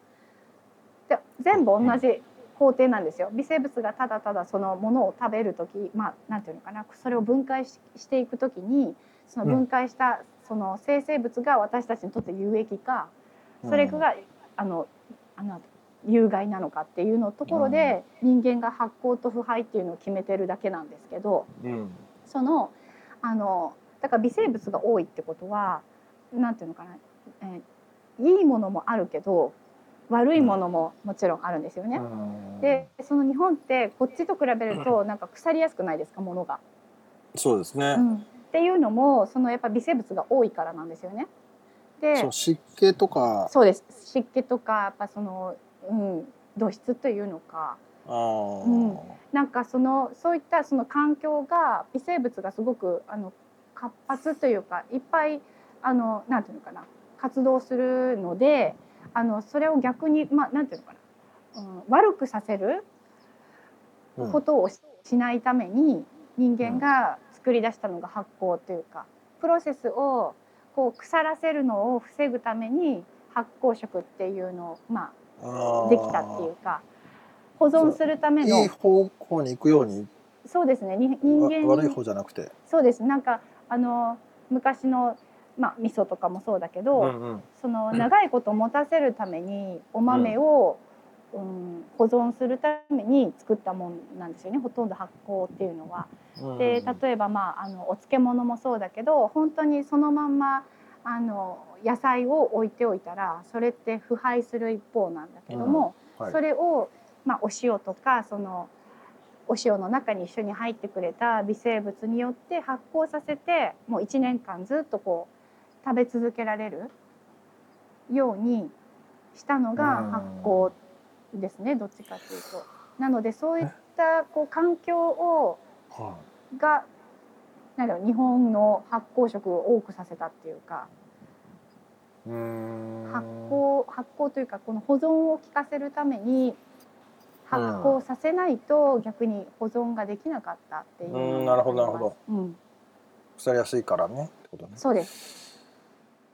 で全部同じ工程なんですよ微生物がただただそのものを食べる時まあなんていうのかなそれを分解ししていく時にその分解したその生成物が私たちにとって有益かそれが、あのあの有害なのかっていうのところで人間が発酵と腐敗っていうのを決めてるだけなんですけどうんそのあのだから微生物が多いってことはなんていうのかな、えーいいものもあるけど悪いものももちろんあるんですよね。うんでその日本ってこっちと比べるとなんか腐りやすくないですかものが、そうですね、うんっていうのもそのやっぱ微生物が多いからなんですよね。でそう湿気とかそうです湿気とかやっぱその、うん、土質というのかあー、うんなんかそのそういったその環境が微生物がすごくあの活発というかいっぱいあのなんていうのかな活動するのであのそれを逆に、まあ、なんていうのかな、うん、悪くさせるうんことをししないために人間が作り出したのが発酵というかプロセスをこう腐らせるのを防ぐために発酵食っていうのをまああーできたっていうか保存するためいいの方向に行くようにそうですねに人わ間悪いに方じゃなくて、そうですなんかあの昔のまあ味噌とかもそうだけど、うんうんその長いこと持たせるためにお豆を、うん、保存するために作ったもんなんですよねほとんど発酵っていうのは。うんうん、で例えば、まあ、あのお漬物もそうだけど本当にそのまんまあの野菜を置いておいたらそれって腐敗する一方なんだけども、うんはいそれを、まあ、お塩とかそのお塩の中に一緒に入ってくれた微生物によって発酵させてもう1年間ずっとこう食べ続けられるようにしたのがうん発酵ですね、どっちかというと。なのでそういったこう環境をはがなんだろう日本の発酵食を多くさせたっていうかい、うーん発酵発酵というかこの保存を効かせるために発酵させないと逆に保存ができなかったっていううんなるほどなるほど、うん、腐りやすいからねってことねそうです、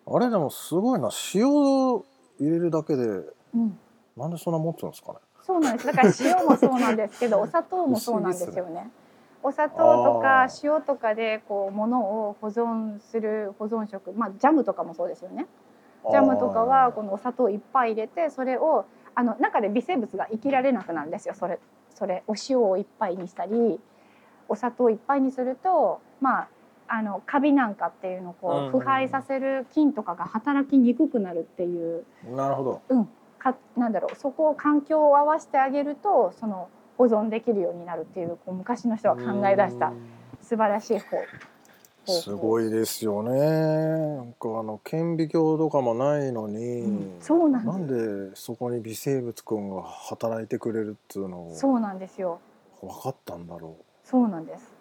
あれでもすごいな塩を入れるだけでうん、なんでそんな持つんですかねそうなんですだ から塩もそうなんですけどお砂糖もそうなんです不よねお砂糖とあかー塩とかでこう物を保存する保存食まあジャムとかもそうですよねジャムとかはこのお砂糖いっぱい入れてそれをあの中で微生物が生きられなくなるんですよそれそれお塩をいっぱいにしたりお砂糖いっぱいにするとまああのカビなんかっていうのをうんうんうこんう腐敗させる菌とかが働きにくくなるっていうあーなるほどかなんだろうそこを環境を合わせてあげるとその保存できるようになるっていうこう昔の人は考え出しうたん素晴らしい方方法すごいですよねなんかあの顕微鏡とかもないのに、うんそうなんでなすんでそこに微生物くんが働いてくれるっていうのをそうなんですよ分かったんだろそうなんです。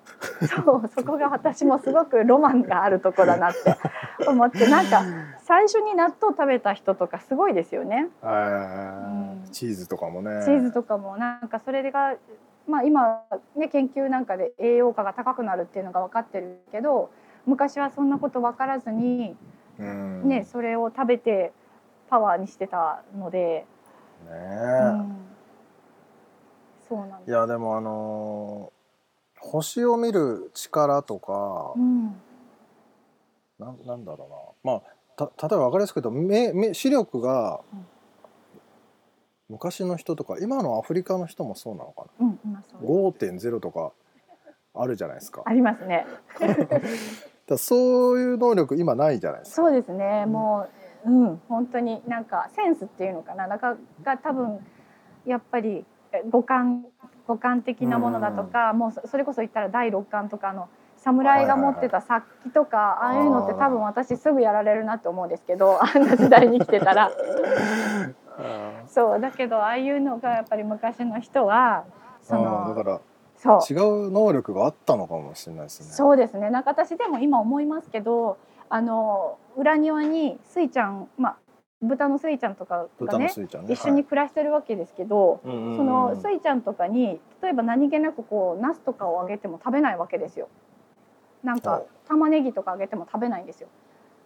そう、そこが私もすごくロマンがあるとこだなって思って、なんか最初に納豆食べた人とかすごいですよね。う、あうんチーズとかもねチーズとかもなんかそれがまあ今ね研究なんかで栄養価が高くなるっていうのが分かってるけど、昔はそんなこと分からずにうんね、それを食べてパワーにしてたので、ねうん、そうなんいです。やでもあのー星を見る力とかう、ん、なん、なんだろうなまあた例えば分かりやすく言うと目目視力がうん昔の人とか今のアフリカの人もそうなのかうん、今そうなです。 5.0とかあるじゃないですかだあかりますね。らそういう能力今ないじゃないですかそうですね、うんもう、うん、本当になんかセンスっていうのかな、なかが多分。やっぱりえ五感、五感的なものだとか、もうそそれこそ言ったら第六感とかあの。侍が持ってた殺気とか、はいはいはいああいうのって多分私すぐやられるなと思うんですけど、あんな時代に来てた ら。あそう、だけど、ああいうのがやっぱり昔の人は、そーだの、からそう。違う能力があったのかもしれないですねそうですね。なんか私でも今思いますけど、あの裏庭にスイちゃん、まあ豚のスイちゃんとかが豚のね、スイちゃんね一緒に暮らしてるわけですけど、はいうんうんうんそのスイちゃんとかに例えば何気なくこうナスとかをあげても食べないわけですよ。なんはかい玉ねぎとかあげても食べないんですよ。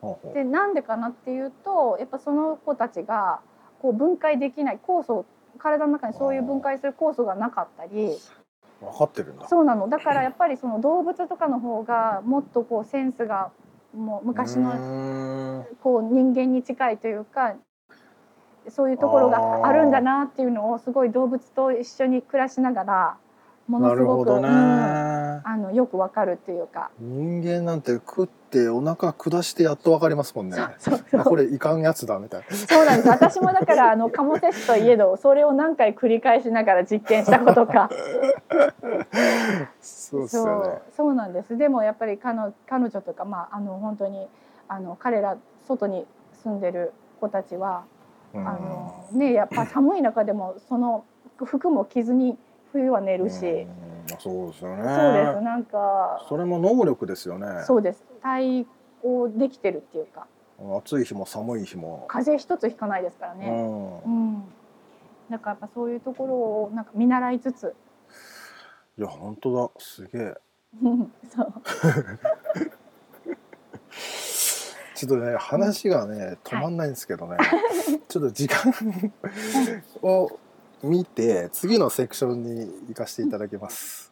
ほうほうでなんでかなっていうと、やっぱその子たちがこう分解できない酵素、体の中にそういう分解する酵素がなかったり。分かってるんだそうなのだからやっぱりその動物とかの方がもっとこうセンスがもう昔うのーんこう人間に近いというかそういうところがあるんだなっていうのをすごい動物と一緒に暮らしながらものなするごほく、どうんね、あのよくわかるってい うか人間なんて食ってお腹下してやっとわかりますもんねそうあこれいかんやつだみたいそうなんです私もだからあの鴨せしといえどそれを何回繰り返しながら実験したことか。なそうですよそねうそうなんですでもやっぱり彼女彼女とか、まあ、あの本当にあの彼ら外に住んでる子たちは、うんあのね、やっぱ寒い中でもその服も着ずに冬は寝るし、うんそうですよねそうですなんかそれも能力ですよねそうです対応できてるっていうか暑い日も寒い日も、風邪一つひかないですからうね。んうんだからやっぱそういうところをなんか見習いつつ いや本当だすげえそうちょっとね話がね止まんないんですけどね、ちょっと時間を見て次のセクションに行かせていただきます。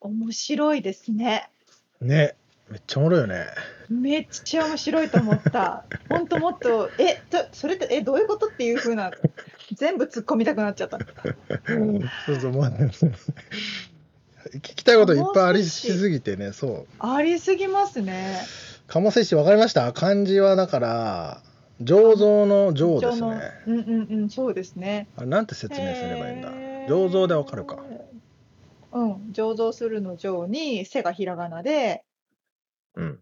面白いですね。ねめっちゃおもろいよねめっちゃ面白いと思った。 ほんともっと、え、とそれって、え、どういうことっていう風な、全部突っ込みたくなっちゃった。 そうそうもうね聞きたいこといっぱいありしすぎてねそうありすぎますね。鴨せしわかりました漢字はだから醸造の醸ですのねうんうんうん、そうですね。あれなんて説明すればいいんだへー醸造でわかるか。うん、醸造するの醸に、背がひらがなで、うん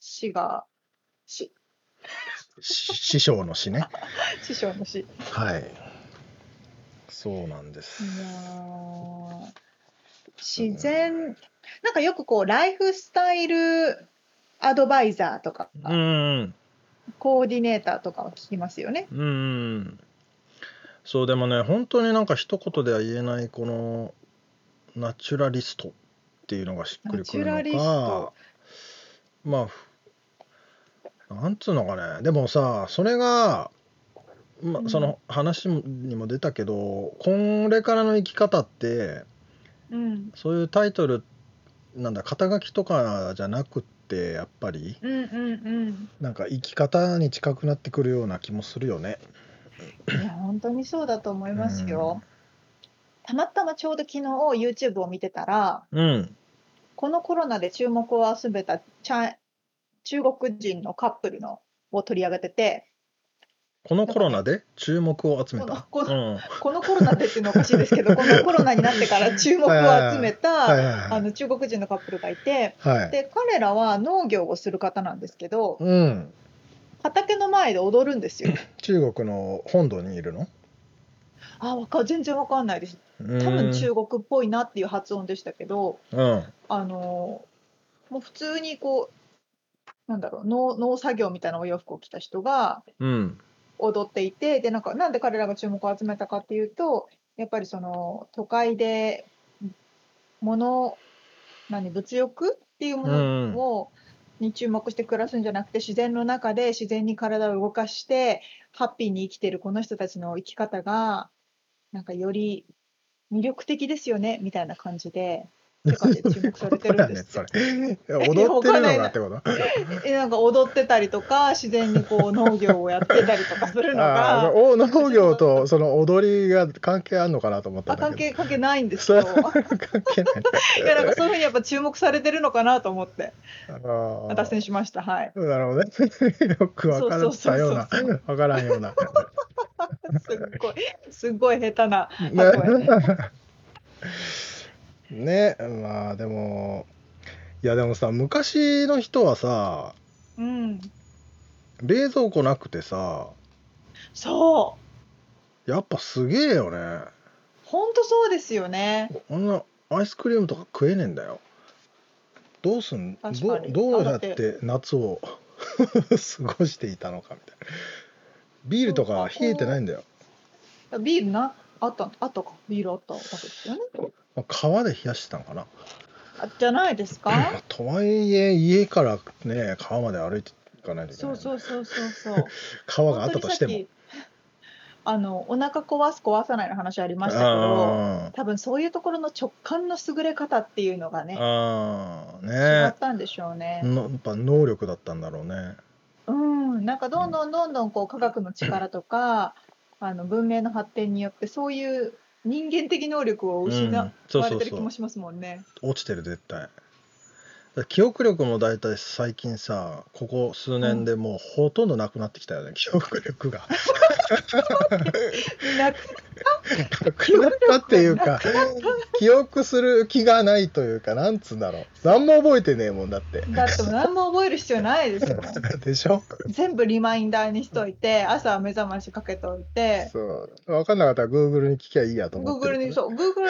死が、しし師匠の師ね師匠の死。いはいそうなんですやー自然、なんかよくこう、ライフスタイルアドバイザーとか、うんコーディネーターとかは聞きますよね。うんそうでもね本当になんか一言では言えないこのナチュラリストっていうのがしっくりくるナチュラリのスかトまあふなんつうのかねでもさそれが、まあ、うんその話にも出たけど、これからの生き方ってうん、そういうタイトルなんだ肩書きとかじゃなくってやっぱりうんうんなんか生き方に近くなってくるような気もするよね。うんいや本当にそうだと思いますよ。たまたまちょうど昨日 YouTube を見てたらうん、このコロナで注目を集めたチャ中国人のカップルのを取り上げててこのコロナで注目を集めた。こうのん、はこのコロナでっていうのはおかしいですけどこのコロナになってから注目を集めいたはあいの中国人のカップルがいてはい。はい。で彼らは農業をする方なんですけどうん、畑の前で踊るん ですよ。中国の本土にいるの。あわか全然わかんないです多多分中国っぽいなっていう発音でしたけど、うん。あのーもう普通にこうなんだろう農農作業みたいなお洋服を着た人がうん。踊っていてでなんかなんで彼らが注目を集めたかっていうとやっぱりその都会で物何物欲っていうもうんのを、に注目して暮らすんじゃなくて自然の中で自然に体を動かしてハッピーに生きてるこの人たちの生き方がなんかより魅力的ですよねみたいな感じで世界で注目されてるんですそよれ。 踊ってるのがってこと。えなんか踊ってたりとか自然にこう農業をやってたりとかするのああがー、。お農業とその踊りが関係あるのかなと思ったあんだ関け係関係ないんですけそうどいやど。関係ない。なんかそういうふうにやっぱ注目されてるのかなと思ってあー脱線しまし たはいなるほどね。よくわからんったようなそうそうそう、わからんような。すっごいすっごい下手なあこれね ねまあでもいやでもさ昔の人はさうん冷蔵庫なくてさそやっぱすげえよねうほんとそうですよねこんなアイスクリームとか食えねえんだよどうすん確かどにどうやっあだって夏を 過ごしていたのかみたいなビールとそうかか冷えてないんだよビールなあったあったかビールあったわけですよねまあ川で冷やしてたんかなあじゃないですまかあとはいえ家からね川まで歩いていかないといけなそいうそうそうそうそう川があったとしても本当にさっきあのお腹壊す壊さないの話ありましたけどあ多分そういうところの直感の優れ方っていうのがねあ違ーっねたんでしょうね、のやっぱ能力だったんだろうねうん、なんかどんどんどんどんこう科学の力とか、あの文明の発展によってそういう人間的能力を失うんわそうれそうてるそ気うもしますもんね。落ちてる絶対だから記憶力も大体最近さここ数年でもうほとんどなくなってきたよね、記憶力がなくなくなったっていう か、記憶する気がないというか、なんつうんだろう。何も覚えてねえもんだって。だって何も覚える必要ないです よ。でしょ全部リマインダーにしといて、朝目覚ましかけといて、そう。分かんなかったら Google に聞きゃいいやと思ってる Google に、そう、Google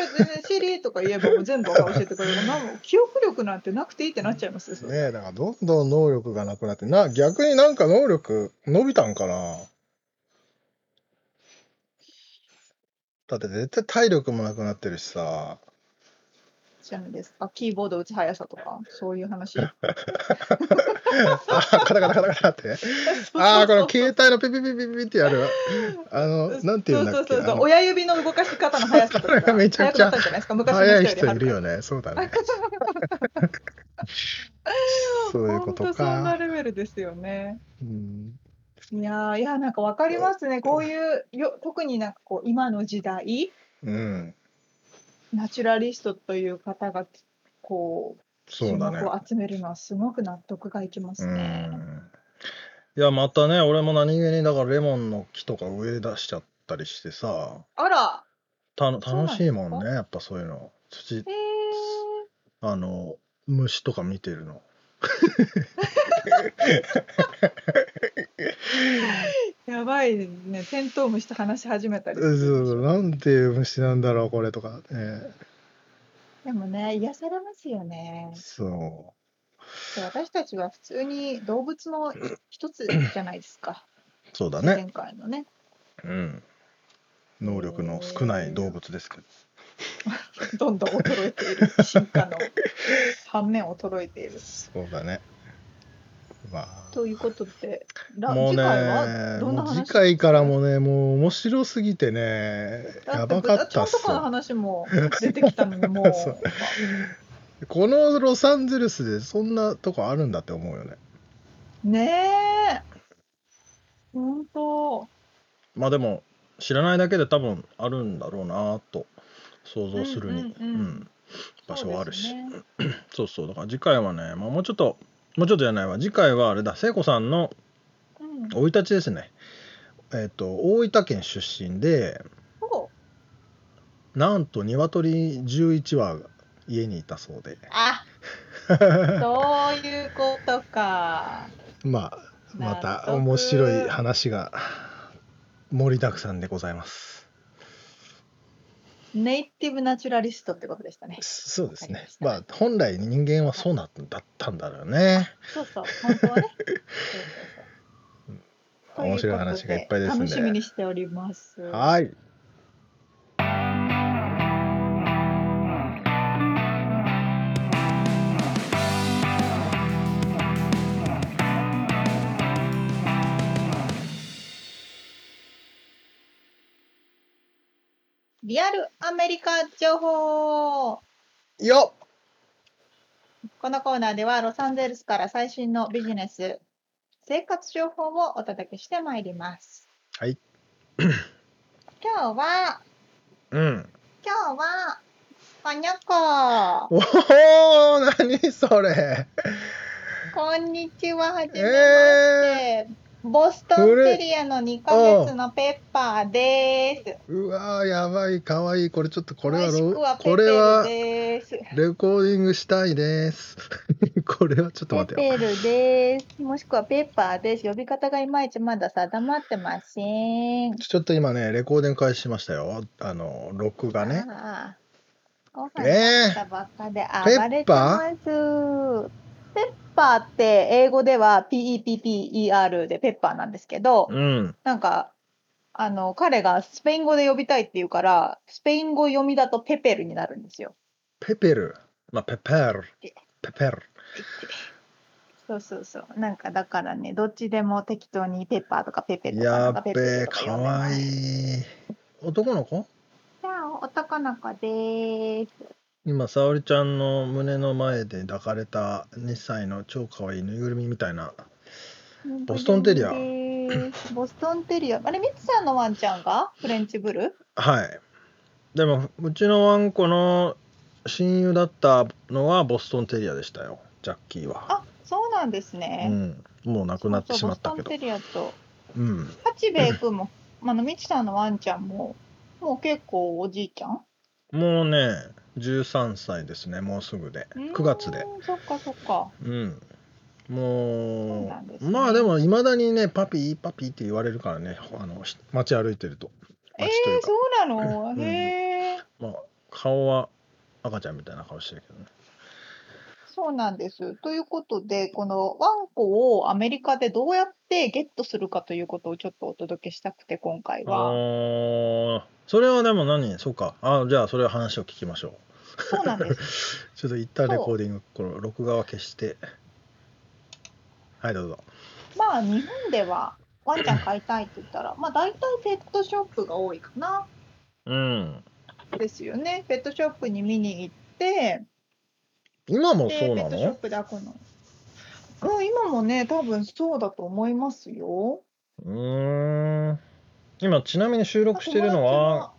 全然 Siri とか言えばもう全部教えてくれる。なんも記憶力なんてなくていいってなっちゃいますよ。それねえ、だからどんどん能力がなくなって、な、逆になんか能力伸びたんかなだって絶対体力もなくなってるしさ。ちなみにですかキーボード打つ速さとか、そういう話。あ、カタカタカタカタってね。ああ、この携帯のピピピピピってやる。あの、なんていうんだっけ。そうそうそうあそうの親指の動かし方の速さとかこれがめちゃくちゃ速くなったんじゃないですか昔の早い人より人いるよね。そうだ ね。そういうこと本当そんなか。レベルですよねうん、いやーいやなんかわかりますねこういうよ特になんかこう今の時代うん、ナチュラリストという方がこうそうだね注目。を集めるのはすごく納得がいきまうすね、ん。いや、またね、俺も何気に、だからレモンの木とか植え出しちゃったりしてさ、あらたの楽しいもそうんなんですね、やっぱそういうの。土へ、あの、虫とか見てるの。えー、やばいねテントウムシと話し始めたりそうそうなんていう虫なんだろう、これとか。ね、でもね癒されますよねそ私たちは普通に動物の一つじゃないですかう。そうだね。前回のねうん。能力の少ない動物ですけど。どんどん衰えている進化の反面衰えているそうだね。まあ。ということでらもう次回はね、どんなもう話次回からもね、もう面白すぎてね、やばかったっちゃんとすこのよ。話も出てきたのにも そううこのロサンゼルスでそんなとこあるんだって思うよね。ねえ本当まあでも、知らないだけで多分あるんだろうなと想像するに、うんうんうんうん場所はあるしそうですねそうそう、だから次回はね、まあ、もうちょっと、もうちょっとじゃないわ、次回はあれだ、聖子さんのうん生い立ちですね。えっ、と、大分県出身で、そうなんと鶏11羽が家にいたそうで。あそういうことかまあ納ま得た面白い話が盛りだくさんでございます。ネイティブナチュラリストってことでしたねそうですわかりねまし。たまあ本来人間はそうなんだったんだろうね。そうそう、本当 はね。そうそうそう面白い話がいっぱいですんでとうこと楽しみにしております。はい。リアルアメリカ情報よっこのコーナーではロサンゼルスから最新のビジネス、生活情報をお届けしてまいります。はい。今日は、うん。今日は、こにゃこ。おお何それ。こんにちは、はじめましえて。ボストンテリアの2ヶ月のペッパーです。うわーやばい可愛いこれちょっとここれはロペこれはペルです。レコーディングしたいです。 これはちょっと待ペってよ。ペルです。もしくはペッパーです。呼び方がいまいちまだ定まってません。ちょっと今ねレコーディング開始しましたよ。あの録画ね。ああ。ご飯ね食べたばっかでペ暴れッてパます。ペッパーって英語では PEPPER でペッパーなんですけど、うん。なんか、あの、彼がスペイン語で呼びたいっていうから、スペイン語読みだとペペルになるんですよ。ペペル。まあペペル。ペペル。そうそうそう。なんかだからね、どっちでも適当にペッパーとかペペとかやなんっかペべペえ、とかか呼んでまわす。いい。男の子じゃあ、男の子です。今、沙織ちゃんの胸の前で抱かれた2歳の超かわいいぬいぐるみみたいな。ボストンテリアボストンテリア。あれ、ミツさんのワンちゃんがフレンチブルはい。でも、うちのワンコの親友だったのはボストンテリアでしたよ、ジャッキーは。あ、そうなんですうね。ん。もう亡くなってしまったけそうそうボストどンテ。リアと、うん。ハチベイ君も、あの、ミツさんのワンちゃんも、もう結構おじいちゃんもうね13歳ですねもうすぐで9月で。うーんそっかそっか。うんそうもなんうですねまあでもいまだにねパピーパピーって言われるからねあのし街歩いてるとえー街という、か、そうなのうんへえ、まあ、顔は赤ちゃんみたいな顔してるけどねそうなんです。ということで、このワンコをアメリカでどうやってゲットするかということをちょっとお届けしたくて、今回は。あーそれはでも何そうかあじゃあそれは話を聞きましょそうなんです。 うちょっと一旦レコーディングこの録画は消してはいどうぞまあ日本ではワンちゃん飼いたいって言ったら、まあ大体ペットショップが多いかなうんですよね。ペットショップに見に行って、今もでそうペなットショッのプであこの。うん、今もね、多分そうだと思いますよ。うーん今ちなみに収録してるのは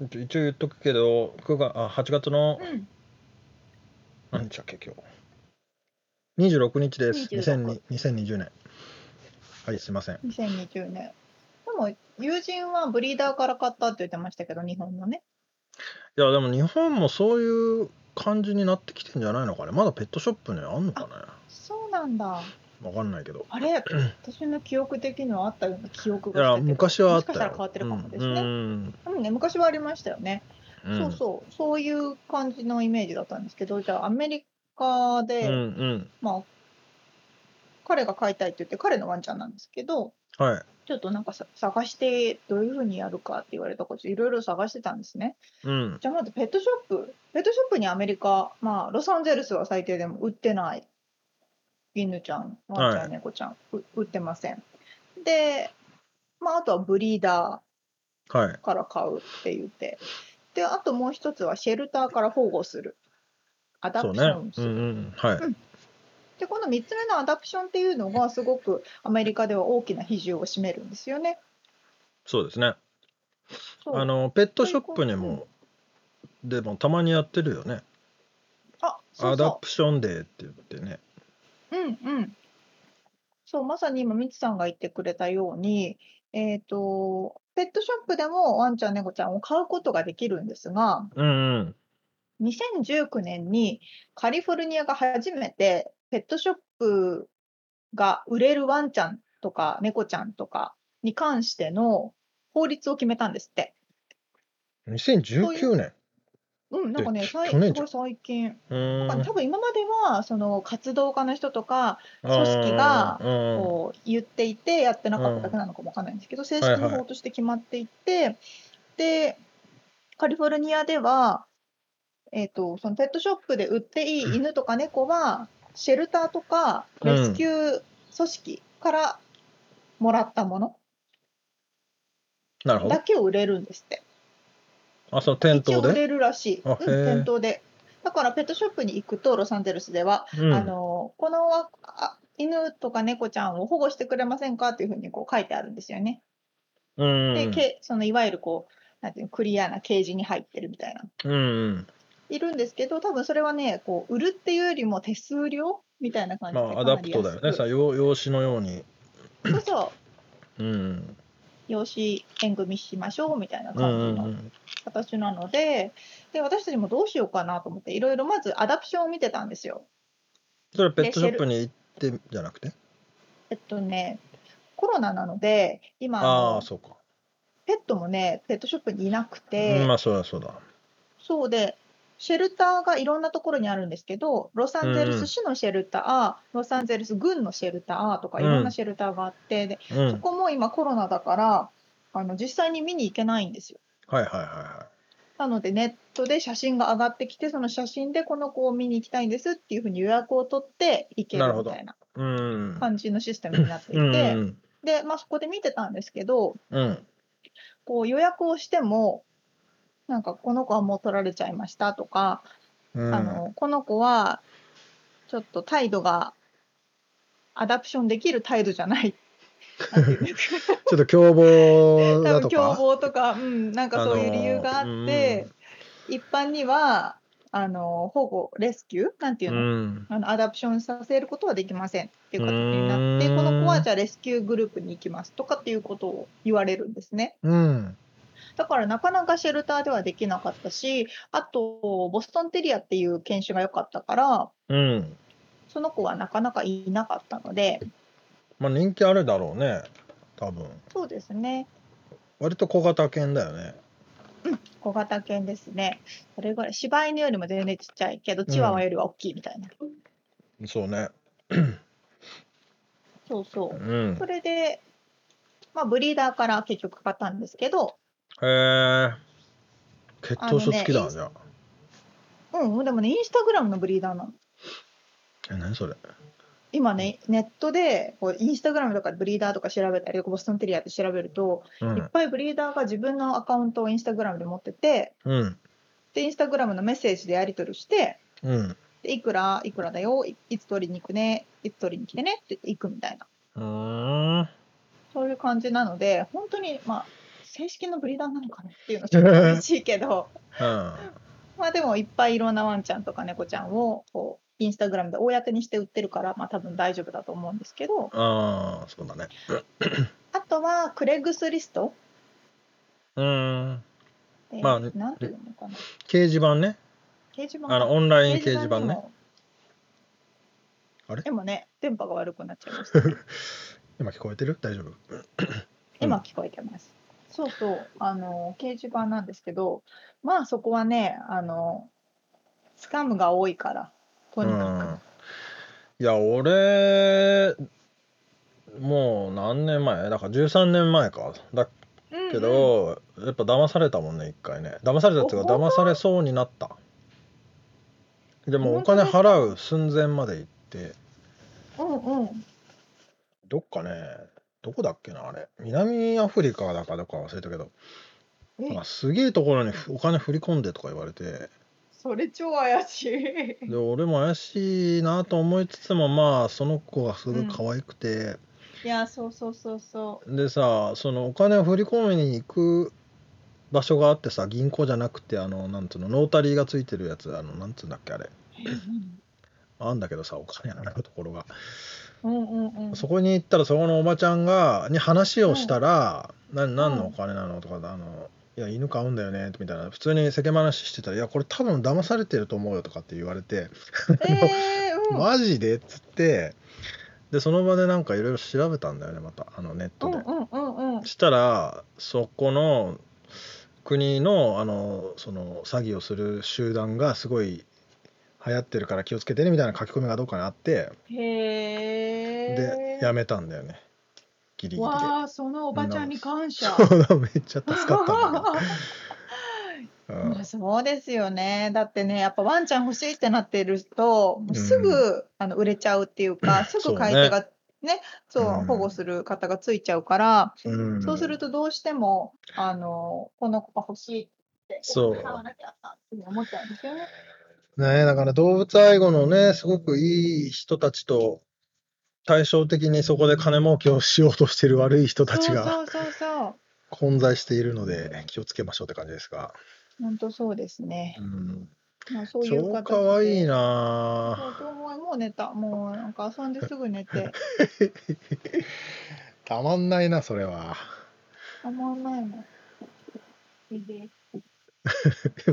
一応言っとくけど9月あ8月の友達は、うん、何日だっけ今日26日です26 2020 2020年はいすいません2020年。でも友人はブリーダーから買ったって言ってましたけど、日本のね。いやでも日本もそういう感じになってきてんじゃないのかねまだペットショップねあんのかねそうなんだ。わかんないけど あれ、私の記憶的にはあったような記憶いがやしたけど昔はあもっしたよかしたら変わってるかもですね。うんでもね、昔はありましたよね。うんそうそう、そういう感じのイメージだったんですけど、じゃあアメリカうんで、うんまあ、彼が飼いたいって言って、彼のワンちゃんなんですけど、はいちょっとなんかさ探して、どういうふうにやるかって言われたこと、いろいろ探してたんですね。うんじゃあまずペットショップ、ペットショップにアメリカ、まあ、ロサンゼルスは最低でも売ってない。犬ちゃん、ワンちゃん、はい猫ちゃん、う売ってません。で、まあ、あとはブリーダー。はいから買うって言ってであともう一つはシェルターから保護するアダそうプシねョンすうる、んうんはいでこの3つ目のアダプションっていうのがすごくアメリカでは大きな比重を占めるんですよね。そうですねそうあのペットショップにもでもたまにやってるよねあそうアダそプションデーって言ってねううんうんそうまさに今みつさんが言ってくれたように、えー、とペットショップでもワンちゃん猫ちゃんを買うことができるんですがうんうん2019年にカリフォルニアが初めてペットショップが売れるワンちゃんとか猫ちゃんとかに関しての法律を決めたんですって。 2019年うん、なんかね、でさい去年すじゃんごい最近。うーん多分今まではその活動家の人とか組織がうんこう言っていてやってなかっただけなのかもわかんないんですけど、正式に法として決まっていて、で、カリフォルニアでは、えっとそのペットショップで売っていい犬とか猫は、シェルターとかレスキュー組織からもらったものなるほだどけを売れるんですって。あその店一応頭売でれるらしい。あうん、へえ店頭で。だからペットショップに行くと、ロサンゼルスでは、うんあのこのわあ犬とか猫ちゃんを保護してくれませんかっていうふうにこう書いてあるんですよね。うんで、けそのいわゆるこうなんていうのクリアなケージに入ってるみたいな。うんいるんですけど、多分それはね、こう売るっていうよりも手数料みたいな感じまであかアダなプりト安く。だよねさ用用紙のようにそうそう、うん養子縁組しましょうみたいなうんう感んじうのん形なので、で私たちもどうしようかなと思って、いろいろまずアダプションを見てたんですよ。それはペットショップに行ってじゃなくてえっとね、コロナなので、今、ああそうかペットもね、ペットショップにいなくて、うんまあそうだそうだそうで、シェルターがいろんなところにあるんですけど、ロサンゼルス市のシェルター、ロサンゼルス郡のシェルターとか、うんいろんなシェルターがあって、でうんそこも今、コロナだからあの、実際に見に行けないんですよ。はいはいはいはなので、ネットで写真が上がってきて、その写真でこの子を見に行きたいんですっていうふうに予約を取って行けなるるほみどたいないううん感じのシステムになっていて、うんうんで、まあ、そこで見てたんですけど、うんこう予約をしてもなんかこの子はもう取られちゃいましたとか、うんあのこの子はちょっと態度がアダプションできる態度じゃない。なんていうんですかちょっと凶暴多だ分と凶か暴とか、うん、なんかそういう理由があって、一般にはあの保護レスキューなんていううんの,、うんあのアダプションさせることはできませんっていう形になってうーんこの子はじゃあレスキューグループに行きますとかっていうことを言われるんですね。うんだからなかなかシェルターではできなかったし、あと、ボストンテリアっていう犬種が良かったから、うん。その子はなかなかいなかったので、まあ人気あるだろうね。多分。そうですね。割と小型犬だよね。小型犬ですね。それぐらい、柴犬よりも全然ちっちゃいけど、チワワよりは大きいみたいな。そうね。そうそうう。んそ。れで、まあ、ブリーダーから結局買ったんですけど、へえ。血統書付きあだ、のねじゃあ。うん、でもね、インスタグラムのブリーダーなの。え、何それ。今ね、ネットで、こう、インスタグラムとかブリーダーとか調べたり、ボストンテリアって調べると、ういっん。ぱいブリーダーが自分のアカウントをインスタグラムで持ってて、うん。で、インスタグラムのメッセージでやり取りして、うん。で、いくら、いくらだよ、いいつ取りに行くね、いつ取りに来てねって行くみたいな、うーん。そういう感じなので、本当に、まあ、正式のブリーダーなのかなっていうのちょっと嬉しいけ ど、うん。まあでもいっぱいいろんなワンちゃんとか猫ちゃんを、こう、インスタグラムで公にして売ってるから、まあ多分大丈夫だと思うんですけど、ああ、そうだね。あとは、クレッグスリストうーん。えーまあなんていうのかな。掲示板ね。掲示板あの、オンライン掲掲示板にね。もあれでもね、電波が悪くなっちゃいました。今聞こえてる大丈夫今聞こえてます。そうそう、あの掲示板なんですけど、まあそこはね、あのスカムが多いから、とにうんかいや俺もう何年前だから13年前かだく。うんうんけ、ど、やっぱ騙されたもんね一回ね騙されたっていうかおほん騙されそうになったでもお本当金ですか払う寸前まで行ってうんうん、どっかねどこだっけなあれ南アフリカだかどっか忘れたけどえなんかすげえところにお金振り込んでとか言われてそれ超怪しい。で俺も怪しいなと思いつつもまあその子がすごい可愛くて、いや、そうそうそうそでさそのお金を振り込みに行く場所があってさ銀行じゃなくてあのなんつうのノータリーがついてるやつあのなんつうんだっけあれあんだけどさお金がないところがう。うんうんうん。そこに行ったらそこのおばちゃんがに話をしたら「な何のお金なの?」とか「あのいや犬飼うんだよね」みたいな普通に世間話してたら「いやこれ多分騙されてると思うよ」とかって言われてえ「ー、うん。マジで?」っつってでその場でなんかいろいろ調べたんだよねまたあのネッうトで。んうんうんうん。したらそこの国のあのその詐欺をする集団がすごい流行ってるから気をつけてねみたいな書き込みがどっかにあってへえ。でやめたんだよねギリギリでわあ、そのおばちゃんに感謝。そうだめっちゃ助かったんだけど、 まあ、そうですよね。だってね、やっぱワンちゃん欲しいってなってると、もうすぐ、うあの売れちゃうっていうか、すぐ買い手がね、そう、うん保護する方がついちゃうから、うん、そうするととどうしても、あの、この子が欲しいって、そう買わなきゃなって思っちゃうんですよね。ねえだから動物愛護のねすごくいい人たちと対照的にそこで金儲けをしようとしてる悪い人たちがそうそうそうそう。混在しているので気をつけましょうって感じですが、本当そうですねう。ん、まあ、そういう超方かわいいそうなぁと思うもう寝た。もうなんか遊んですぐ 寝て。たまんないなそれは あんまないの。いいです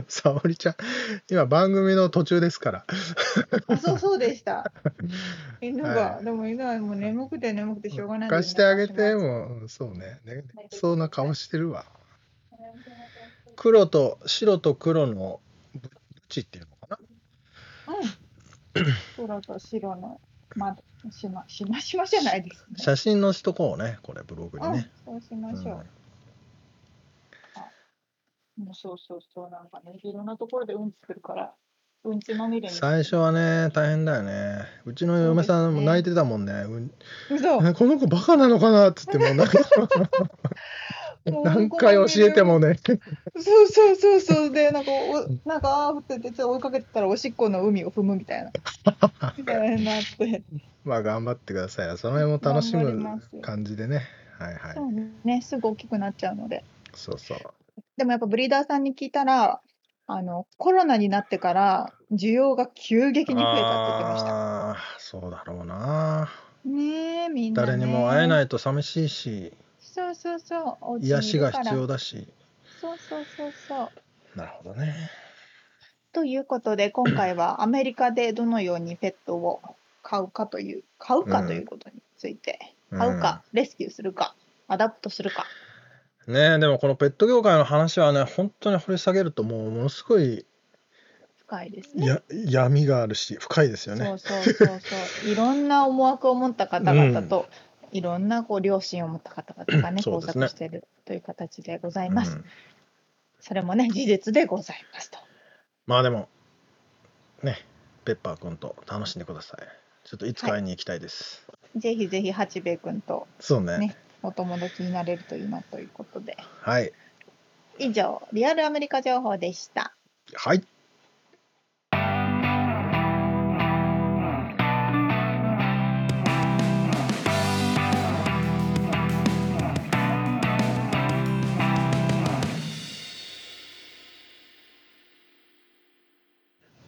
沙織ちゃん今番組の途中ですからあそうそう でした。犬が、はいでも犬はもう眠くて眠くてしょうがないので貸してあげて寝かしもううんそうねねそうな顔してるわ黒と白と黒のブチっていうのかなますうん。黒と白の、ま、しま、しましまじゃないですね。写真のしとこうねこれブログにうんね、、そうしましうょんう。もうそうそうそう、なんかね、いろんなところでうんちするから、うんちまみれに。最初はね大変だよねうちの嫁さんも泣いてたもんねうん嘘。えこの子バカなのかなっつってもうなんか 何回教えてもねそうそうそうそうでなんかおなんかあーっててちょっと追いかけてたらおしっこの海を踏むみたいな みたいになってまあ頑張ってください。その辺も楽し頑張りまむす感じでね。はいはいそ。うねすぐ大きくなっちゃうのでそうそう。でもやっぱブリーダーさんに聞いたらあのコロナになってから需要が急激に増えたって言ってましたああ、そうだろうな。ねえみんな、ね、誰にも会えないいと寂しいし、そうそうそうお家に癒しがいるから必要だし。そうそうそうそう。なるほどね。ということで今 回はアメリカでどのようにペットを飼うかという飼うかということについて、うん飼うか、レスキューするかアダプトするかねえでもこのペット業界の話はね本当に掘り下げるともうものすごい深いですね。や、闇があるし深いですよね。そうそうそうそう。いろんな思惑を持った方々と、いろんなこう良心を持った方々がね、そう交ですね錯しているという形でございます。うんそれもね、事実でございますと。まあでもねペッパーくんと楽しんでください。ちょっといつか会いに行きたいです。ぜひぜひ八兵衛君とそうねねお友達になれるといいなということで。はい以上、リアルアメリカ情報でした。はい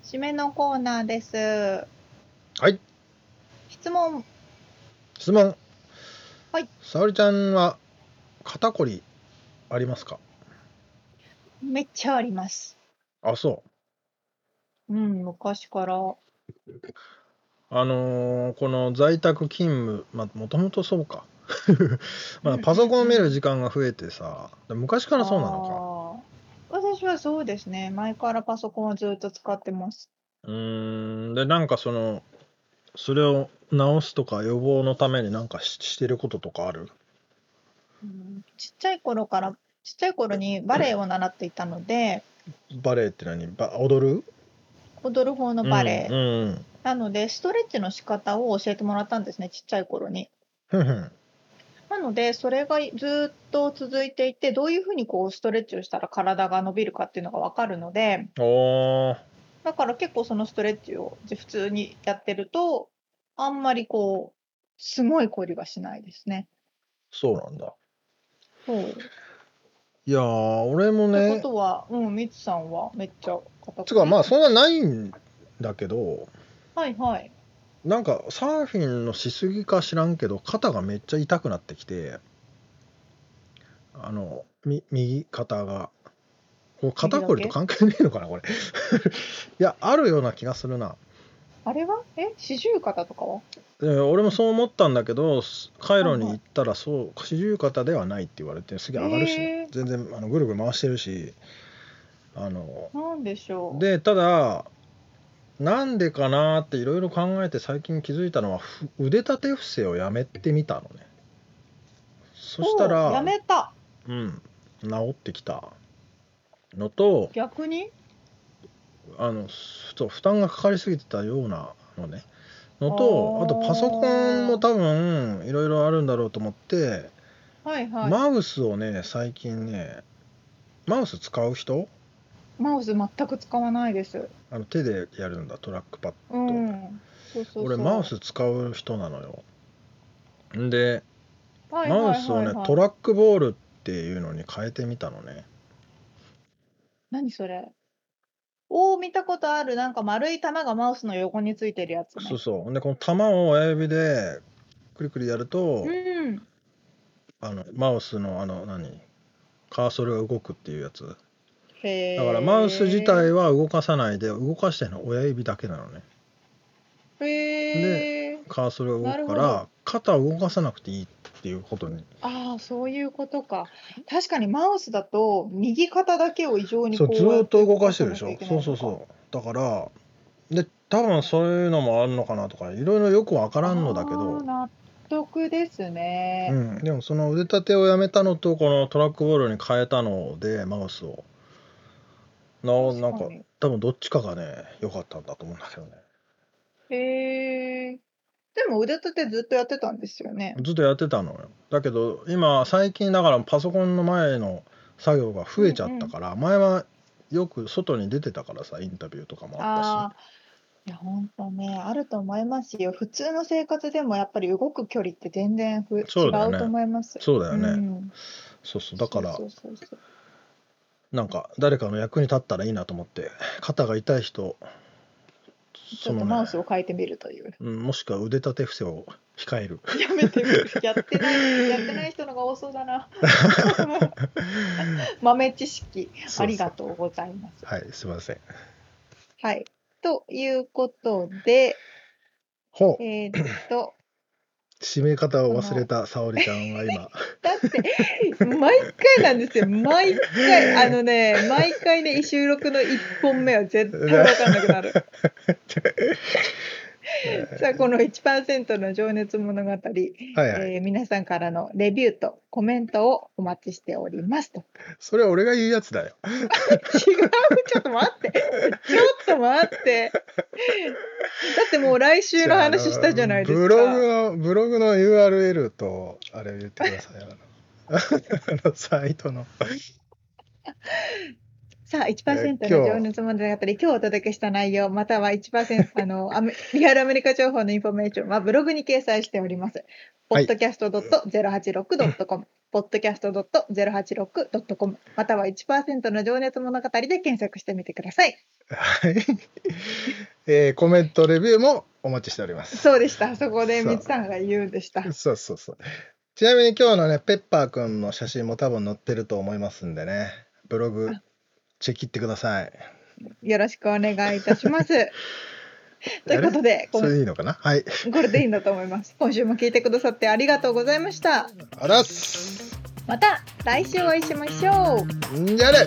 締めのコーナーです。はい質問、質問。はい。沙織ちゃんは肩こりありますか。めっちゃあります。あそう。うん、昔から。あのーこの在宅勤務、まあ、もともとそうか。 まあ、パソコンを見る時間が増えてさ、昔からそうなのあー私はそうですね。前からパソコンをずっと使ってます。か。うーん、で、なんかその、それを直すとか予防のためになんかししてることとかあるうんちっちゃい頃から、ちっちゃい頃にバレエを習っていたので、バレエって何ば踊る踊る方のバレエ。うんうんなので、ストレッチの仕方を教えてもらったんですね、ちっちゃい頃に。ふんふ ん。なので、それがずっと続いていて、どういうふうにこうストレッチをしたら体が伸びるかっていうのがわかるので、おー、だから結構そのストレッチをじ普通にやってると、あんまりこう、すごい凝りはしないですね。そうなんだ。そう。いやー、俺もってねこ、とは、うん、みつさんはめっちゃ硬くつうかまあ、そんなないんだけど、はいはい。なんかサーフィンのしすぎか知らんけど肩がめっちゃ痛くなってきてあのみ右肩がこう肩こりと右だ関係ねえのかなこれ いやあるような気がするなあれはえ四十肩とかはで俺もそう思ったんだけどすカイロに行ったらそう四十肩ではないって言われてすげえ上がるし、へえ全然あのぐるぐる回してるしあのなんでしょうでただなんでかなーっていろいろ考えて最近気づいたのはふ腕立て伏せをやめてみたのねそしたおうやらめたうん治ってきたのと逆にあのふと負担がかかりすぎてたようなのねのあとーあとパソコンも多分いろいろあるんだろうと思って、はいはい、マウスをね最近ねマウス使う人マウス全く使わないですあの手でやるんだトラックパッドうんそうそうそう俺マウス使う人なのよんではいはいマはウいスをねはいトラックボールっていうのに変えてみたのね何それおお見たことあるなんか丸い玉がマウスの横についてるやつねそうそうほんでこの球を親指でクリクリやるとうんあのマウスのあの何カーソルが動くっていうやつへえだからマウス自体は動かさないで動かしてるのは親指だけなのねへえカーソルが動くかなるほら肩を動かさなくていいっていうことにああそういうことか確かにマウスだと右肩だけを異常にそうこずやーっっと動かしてるでし動ょかさそなうきゃそいうけないのそうかだからで多分そういうのもあるのかなとかいろいろよくわからんのだけあどー、納得ですね、うん、でもその腕立てをやめたのとこのトラックボールに変えたのでマウスをな確なんかに多分どっちかがね良かったんだと思うんだけどねへえでも腕立てずっとやってたんですよねずっとやってたのよだけど今最近だからパソコンの前の作業が増えちゃったから、前はよく外に出てたからさインタビューとかもあったしああいや本当ねあると思いますよ普通の生活でもやっぱり動く距離って全然ふ、そう違だよねうと思いますそうだよね、うんそうそうだからそうそうそうそうなんか誰かの役に立ったらいいなと思って肩が痛い人ちょっとマウスを変えてみるという。 うん、もしくは腕立て伏せを控えるやめてみる。やって ない、やってない人のが多そうだな。 豆知識、ありがとうございます。はいすいませんはい。ということで、ほうえーっと、締め方を忘れた沙織ちゃんは 今だって、毎回なんですよ。毎回、あのね、毎回ね、収録の1本目は絶対わかんな くなる。さあ、この1%の情熱物語、はいはい、えー皆さんからのレビューとコメントをお待ちしておりますと。それは俺が言うやつだよ違う、ちょっと待って。ちょっと待って。だってもう来週の話したじゃないですか。ブログのブログの URL とあれ言ってくださいあのあ のサイトのさあ、え1%ーの今日情熱物語、今日お届けした内容、または1%、あの、アメリアルアメリカ情報のインフォメーションはブログに掲載しております。はい podcast.086.com、podcast.086.com、または1%の情熱物語で検索してみてください。はい、えーコメントレビューもお待ちしておりますそうでした。そこで、そうみつさんが言うんでした。そうそうそうちなみに今日のねペッパーくんの写真も多分載ってると思いますんでねブログチェキってくださいよろしくお願いいたします。ということで、こそれんでいいのかなはいこれでいいんだと思います。今週も聞いてくださってありがとうございました。あらっすまた来週お会いしましょう。んじゃあね